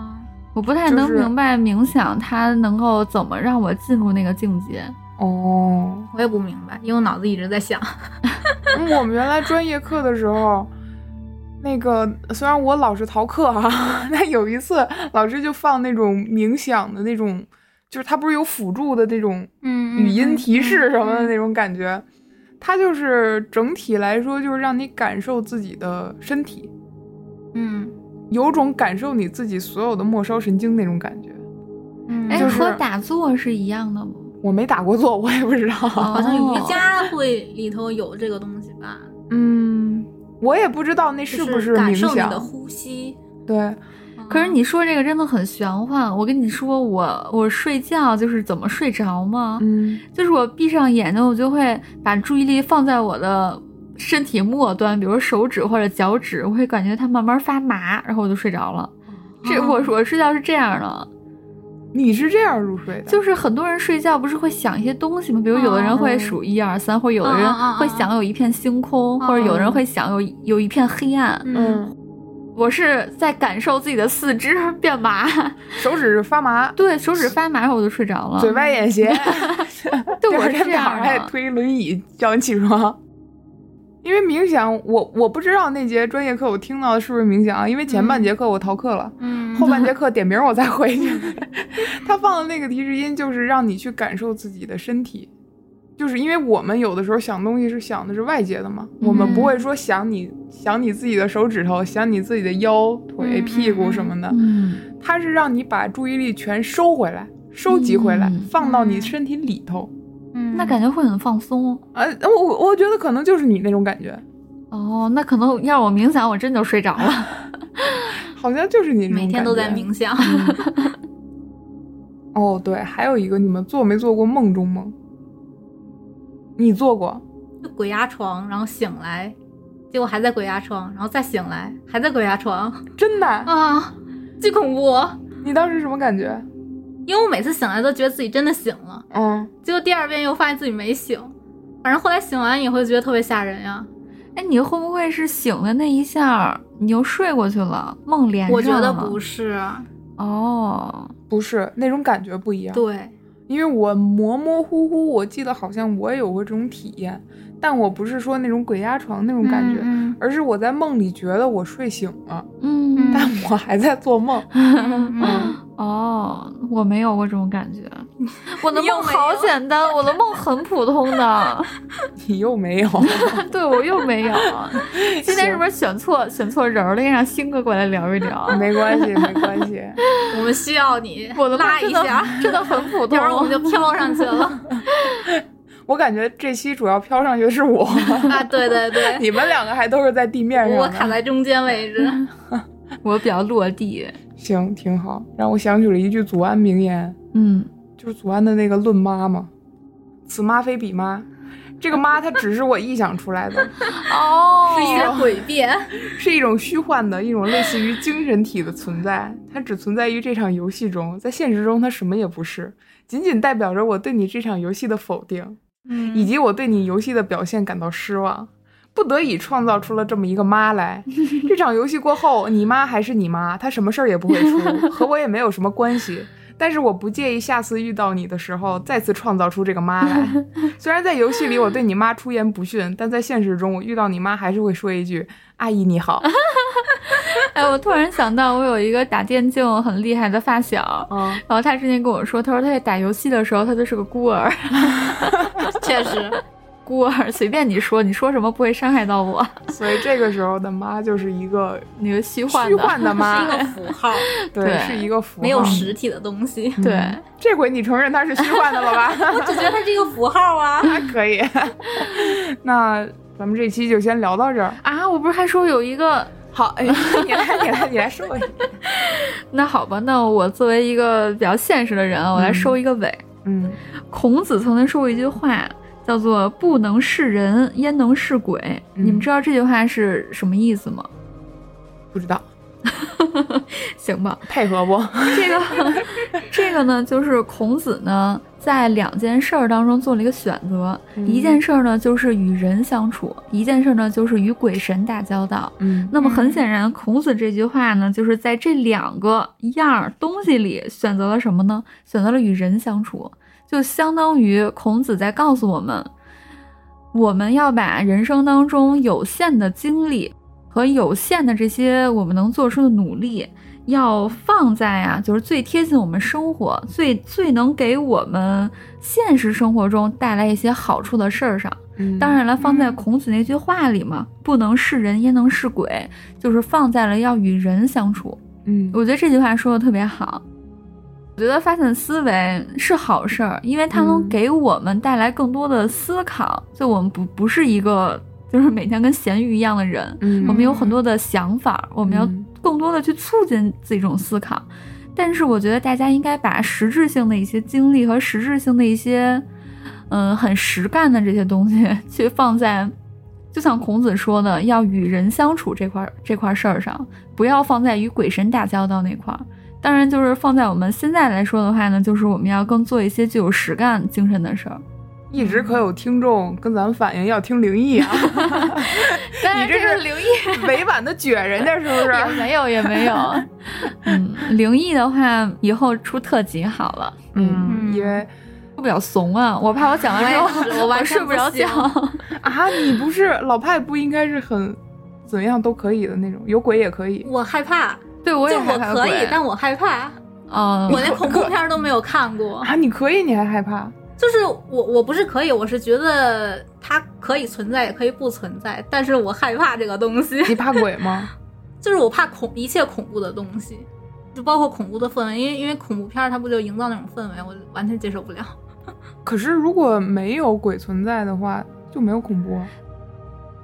Speaker 2: 我不太
Speaker 1: 就
Speaker 2: 能
Speaker 1: 是
Speaker 2: 明白冥想它能够怎么让我进入那个境界。
Speaker 1: 哦，
Speaker 3: 我也不明白，因为我脑子一直在想。
Speaker 1: 嗯我们原来专业课的时候，那个虽然我老是逃课哈、 但有一次老师就放那种冥想的那种，就是它不是有辅助的那种
Speaker 3: 嗯
Speaker 1: 语音提示什么的那种感觉，它就是整体来说就是让你感受自己的身体，
Speaker 3: 嗯
Speaker 1: 有种感受你自己所有的末梢神经那种感觉。
Speaker 3: 嗯，
Speaker 2: 哎、
Speaker 1: 就是
Speaker 2: 和打坐是一样的吗？
Speaker 1: 我没打过坐， 我也不知道。
Speaker 2: 好
Speaker 3: 好像瑜
Speaker 2: 哦
Speaker 3: 伽会里头有这个东西吧？
Speaker 1: 嗯，我也不知道那
Speaker 3: 就是
Speaker 1: 不
Speaker 3: 感
Speaker 1: 冥
Speaker 3: 受你
Speaker 1: 想。
Speaker 3: 的呼吸？
Speaker 1: 对，
Speaker 2: 可是你说这个真的很玄幻。我跟你说，我我睡觉就是怎么睡着吗？
Speaker 1: 嗯，
Speaker 2: 就是我闭上眼睛，我就会把注意力放在我的身体末端，比如手指或者脚趾，我会感觉它慢慢发麻，然后我就睡着了。这我我睡觉是这样的，
Speaker 1: 你是这样入睡的，
Speaker 2: 就是很多人睡觉不是会想一些东西吗？比如有的人会数一二三，或者有的人会想有一片星空，或者有的人会想有有一片黑暗。
Speaker 3: 嗯
Speaker 2: 我是在感受自己的四肢变麻，
Speaker 1: 手指发麻，
Speaker 2: 对手指发麻，然后我就睡着了。
Speaker 1: 嘴歪眼斜。
Speaker 2: 对，
Speaker 1: 第
Speaker 2: 我
Speaker 1: 二
Speaker 2: 是
Speaker 1: 天
Speaker 2: 这
Speaker 1: 早
Speaker 2: 样
Speaker 1: 上还
Speaker 2: 的
Speaker 1: 得推轮椅叫你起床。因为冥想，我我不知道那节专业课我听到的是不是冥想啊？因为前半节课我逃课了，
Speaker 3: 嗯
Speaker 1: 后半节课点名我再回去。 他放的那个提示音就是让你去感受自己的身体，就是因为我们有的时候想东西是想的是外界的嘛，我们不
Speaker 3: 嗯
Speaker 1: 会说想你想你自己的手指头，想你自己的腰、腿、
Speaker 3: 嗯
Speaker 1: 屁股
Speaker 3: 嗯
Speaker 1: 什么的，
Speaker 2: 嗯
Speaker 1: 它是让你把注意力全收回来、收集回来，
Speaker 2: 嗯
Speaker 1: 放到你
Speaker 3: 嗯
Speaker 1: 身体里头。
Speaker 3: 嗯
Speaker 2: 那感觉会很放松
Speaker 1: 啊，我我我觉得可能就是你那种感觉，
Speaker 2: 哦。那可能要我冥想，我真就睡着了。
Speaker 1: 好像就是你那种
Speaker 3: 每天
Speaker 1: 感
Speaker 3: 都在
Speaker 1: 觉嗯
Speaker 3: 冥想。
Speaker 1: 哦，对，还有一个，你们做没做过梦中梦？你做过？
Speaker 3: 就鬼压床，然后醒来，结果还在鬼压床，然后再醒来，还在鬼压床
Speaker 1: 真的？
Speaker 3: 啊，巨恐怖！哦
Speaker 1: 你当时什么感觉？
Speaker 3: 因为我每次醒来都觉得自己真的醒了，
Speaker 1: 嗯，
Speaker 3: 结果第二遍又发现自己没醒，反正后来醒完以后就觉得特别吓人呀。
Speaker 2: 哎，你会不会是醒的那一下儿你又睡过去了，梦连上
Speaker 3: 我觉得
Speaker 2: 了吗
Speaker 3: 不是，
Speaker 2: 哦，
Speaker 1: 不是，那种感觉不一样。，
Speaker 3: 对，
Speaker 1: 因为我模模糊糊，我记得好像我也有过这种体验，但我不是说那种鬼压床那种感觉，
Speaker 3: 嗯
Speaker 1: 而是我在梦里觉得我睡醒了，
Speaker 2: 嗯，
Speaker 1: 但我还在做梦。
Speaker 3: 嗯嗯
Speaker 2: 哦，我没有过这种感 觉，我的
Speaker 3: 你又
Speaker 2: 梦
Speaker 3: 没
Speaker 2: 好
Speaker 3: 有
Speaker 2: 简单，我的梦很普通 的，
Speaker 1: 你又没有？
Speaker 2: 对我又没有。 今天是不是选错选错人儿了？应该让星哥过来聊一 聊。
Speaker 1: 没关系，没关 系。
Speaker 3: 我们需要你
Speaker 2: 我的梦
Speaker 3: 拉
Speaker 2: 真
Speaker 3: 一
Speaker 2: 的
Speaker 3: 下，
Speaker 2: 真的很普通
Speaker 3: 要不，然我们就飘上去了
Speaker 1: 我感觉这期主要飘上去的是我，
Speaker 3: 啊！对对对，
Speaker 1: 你们两个还都是在地面上
Speaker 3: 我
Speaker 1: 呢
Speaker 3: 卡在中间位置，
Speaker 2: 我比较落地。
Speaker 1: 行，挺好，让我想起了一句祖安名言，
Speaker 2: 嗯，
Speaker 1: 就是祖安的那个《论妈》嘛，“此妈非彼妈”，这个妈它只是我臆想出来的，
Speaker 2: 哦，
Speaker 3: 是一些诡辩。
Speaker 1: 是一种虚幻的一种类似于精神体的存在，它只存在于这场游戏中，在现实中它什么也不是，仅仅代表着我对你这场游戏的否定，
Speaker 3: 嗯
Speaker 1: 以及我对你游戏的表现感到失望。不得已创造出了这么一个妈来，这场游戏过后，你妈还是你妈，她什么事儿也不会出，和我也没有什么关系。但是我不介意下次遇到你的时候，再次创造出这个妈来。虽然在游戏里我对你妈出言不逊，但在现实中我遇到你妈还是会说一句“阿姨你 好
Speaker 2: 哎，我突然想到，我有一个打电竞很厉害的发小”。。
Speaker 1: 嗯，
Speaker 2: 然后他之前跟我说，他说他在打游戏的时候，他就是个孤儿，
Speaker 3: 确实，
Speaker 2: 孤儿随便你说，你说什么不会伤害到我，
Speaker 1: 所以这个时候的妈就是一个
Speaker 2: 那个虚幻
Speaker 1: 虚幻的
Speaker 3: 是
Speaker 1: 妈
Speaker 3: 一， 个符号，
Speaker 1: 对，
Speaker 2: 对
Speaker 1: 是一个符号。
Speaker 3: 没有实体的东西。
Speaker 1: 嗯
Speaker 2: 对，
Speaker 1: 这回你承认她是虚幻的了吧？
Speaker 3: 我只觉得它是一个符号啊。
Speaker 1: 还 可以。 那咱们这期就先聊到这 儿。
Speaker 2: 啊！我不是还说有一个啊
Speaker 1: 好，哎，你来，你来，你来说 一下。
Speaker 2: 那好吧，那我作为一个比较现实的人，啊我来收一个尾。
Speaker 1: 嗯，
Speaker 2: 孔子曾经说过一句话，叫做“不能视人，焉能视鬼”。
Speaker 1: 嗯
Speaker 2: 你们知道这句话是什么意思吗？
Speaker 1: 不知道，
Speaker 2: 行吧，
Speaker 1: 配合不？
Speaker 2: 这个这个呢，就是孔子呢在两件事儿当中做了一个选择，
Speaker 1: 嗯
Speaker 2: 一件事儿呢就是与人相处，一件事儿呢就是与鬼神打交道。
Speaker 1: 嗯
Speaker 2: 那么很显然，孔子这句话呢，就是在这两个样儿东西里选择了什么呢？选择了与人相处，就相当于孔子在告诉我们，我们要把人生当中有限的精力和有限的这些我们能做出的努力，要放在啊，就是最贴近我们生活、最最能给我们现实生活中带来一些好处的事儿上。
Speaker 1: 嗯
Speaker 2: 当然了，放在
Speaker 3: 嗯
Speaker 2: 孔子那句话里嘛，“不能视人焉能视鬼”，就是放在了要与人相处。
Speaker 1: 嗯，
Speaker 2: 我觉得这句话说的特别好。我觉得发散思维是好事儿，因为它能
Speaker 1: 嗯
Speaker 2: 给我们带来更多的思考。就我们不不是一个就是每天跟咸鱼一样的人，
Speaker 1: 嗯
Speaker 2: 我们有很多的想法，我们要
Speaker 1: 嗯
Speaker 2: 更多的去促进自己这种思考。但是我觉得大家应该把实质性的一些经历和实质性的一些，嗯、很实干的这些东西 去放在，就像孔子说的，要与人相处这块儿这块儿事儿上，不要放在与鬼神打交道那块儿。当然，就是放在我们现在来说的话呢，就是我们要更做一些具有实干精神的事儿。
Speaker 1: 一直可有听众跟咱们反映要听灵异 啊，
Speaker 2: 但
Speaker 1: 你
Speaker 2: 是
Speaker 1: 这
Speaker 2: 个
Speaker 1: 是
Speaker 2: 灵异
Speaker 1: 委婉的撅人家是不 是？
Speaker 2: 也没有，也没 有。嗯，灵异的话，以后出特辑好了。
Speaker 1: 嗯，
Speaker 3: 嗯
Speaker 1: 因为
Speaker 2: 我比较怂啊，我怕我讲完之
Speaker 3: 我也是
Speaker 2: 后
Speaker 3: 我完全
Speaker 2: 睡不着觉。
Speaker 1: 啊，你不是老派不应该是很怎样都可以的那种，有鬼也可以。
Speaker 3: 我害怕，
Speaker 2: 对，我
Speaker 3: 就
Speaker 2: 也害
Speaker 3: 我
Speaker 2: 怕
Speaker 3: 可以
Speaker 2: 鬼，
Speaker 3: 但我害怕，
Speaker 2: 嗯，
Speaker 3: 我连恐怖片儿都没有看 过。
Speaker 1: 啊，你可以，你还害怕？
Speaker 3: 就是我我不是可以，我是觉得它可以存在，也可以不存在，但是我害怕这个东西，
Speaker 1: 你怕鬼吗？
Speaker 3: 就是我怕恐一切恐怖的东西，就包括恐怖的氛围，因为因为恐怖片儿它不就营造那种氛围，我完全接受不了。
Speaker 1: 可是如果没有鬼存在的话，就没有恐怖啊。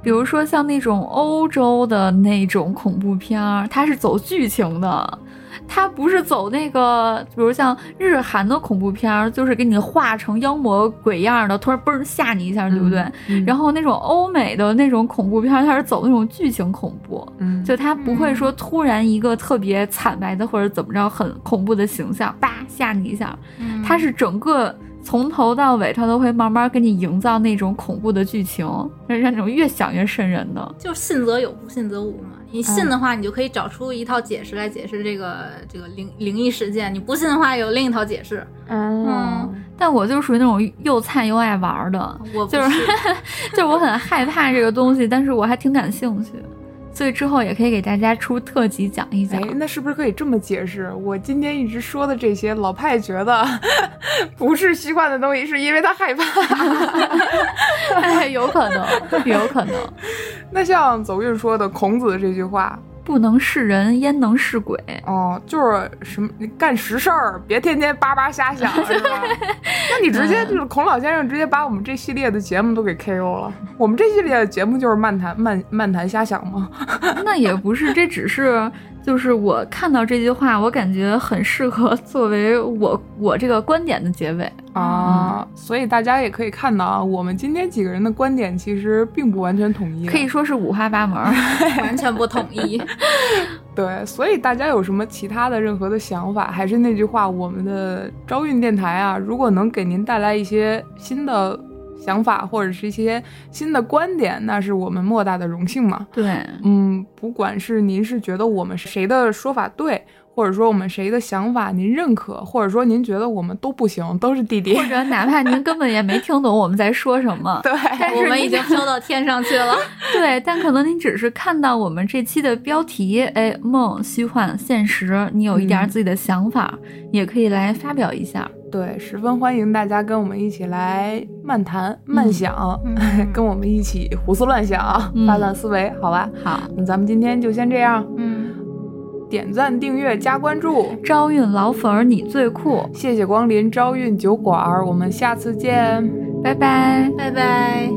Speaker 2: 比如说像那种欧洲的那种恐怖片儿，它是走剧情的，它不是走那个，比如像日韩的恐怖片儿，就是给你画成妖魔鬼样儿的，突然嘣儿吓你一下，对不对？
Speaker 1: 嗯
Speaker 2: 然后那种欧美的那种恐怖片儿，它是走那种剧情恐怖，
Speaker 1: 嗯，
Speaker 2: 就它不会说突然一个特别惨白的或者怎么着很恐怖的形象，叭吓你一下，
Speaker 3: 嗯
Speaker 2: 它是整个从头到尾，它都会慢慢给你营造那种恐怖的剧情，让让那种越想越瘆人的。
Speaker 3: 就是信则有，不信则无嘛。你信的话，你就可以找出一套解释来解释这个这个灵灵异事件；你不信的话，有另一套解释。
Speaker 1: 哦，
Speaker 2: 但我就属于那种又菜又爱玩的，
Speaker 3: 我不
Speaker 2: 就是 是就是我很害怕这个东西，但是我还挺感兴趣，所以之后也可以给大家出特辑讲一讲
Speaker 1: 哎。，那是不是可以这么解释？我今天一直说的这些，老派觉得 不是虚幻的东西，是因为他害怕。
Speaker 2: 哎，有可能，有可能，
Speaker 1: 那像走运说的孔子这句话，
Speaker 2: 不能是人，焉能是鬼？
Speaker 1: 哦，就是什么你干实事儿，别天天叭叭瞎 想，是吧？那你直
Speaker 2: 嗯
Speaker 1: 接就是孔老先生直接把我们这系列的节目都给 KO 了。我们这系列的节目就是漫谈漫漫谈瞎想嘛。
Speaker 2: 那也不是，这只是就是我看到这句话，我感觉很适合作为我我这个观点的结尾。
Speaker 1: 啊，
Speaker 2: 嗯
Speaker 1: 所以大家也可以看到啊，我们今天几个人的观点其实并不完全统一的，
Speaker 2: 可以说是五花八门 儿。
Speaker 3: 完全不统一。
Speaker 1: 对，所以大家有什么其他的任何的想法，还是那句话，我们的招运电台啊，如果能给您带来一些新的想法或者是一些新的观点，那是我们莫大的荣幸嘛。
Speaker 2: 对，
Speaker 1: 嗯，不管是您是觉得我们谁的说法对，或者说我们谁的想法您认可，或者说您觉得我们都不行，都是弟弟，
Speaker 2: 或。者哪怕您根本也没听懂我们在说什么
Speaker 1: 对，
Speaker 2: 但
Speaker 3: 我
Speaker 2: 是
Speaker 3: 们
Speaker 2: 你
Speaker 3: 已经飘到天上 去了。
Speaker 2: 对，但可能您只是看到我们这期的标题，哎，梦、虚幻、现实，你有一点儿
Speaker 1: 嗯
Speaker 2: 自己的想法，也可以来发表一下。
Speaker 1: 对，十分欢迎大家跟我们一起来漫谈、漫想，
Speaker 3: 嗯
Speaker 1: 哎跟我们一起胡思乱想、
Speaker 2: 嗯
Speaker 1: 发散思维，好吧？
Speaker 2: 好，
Speaker 1: 那咱们今天就先这样，
Speaker 3: 嗯，
Speaker 1: 点赞、订阅、加关注，
Speaker 2: 招运老粉儿你最酷，
Speaker 1: 谢谢光临朝韵酒馆儿，我们下次见。
Speaker 2: 拜拜。
Speaker 3: 拜拜。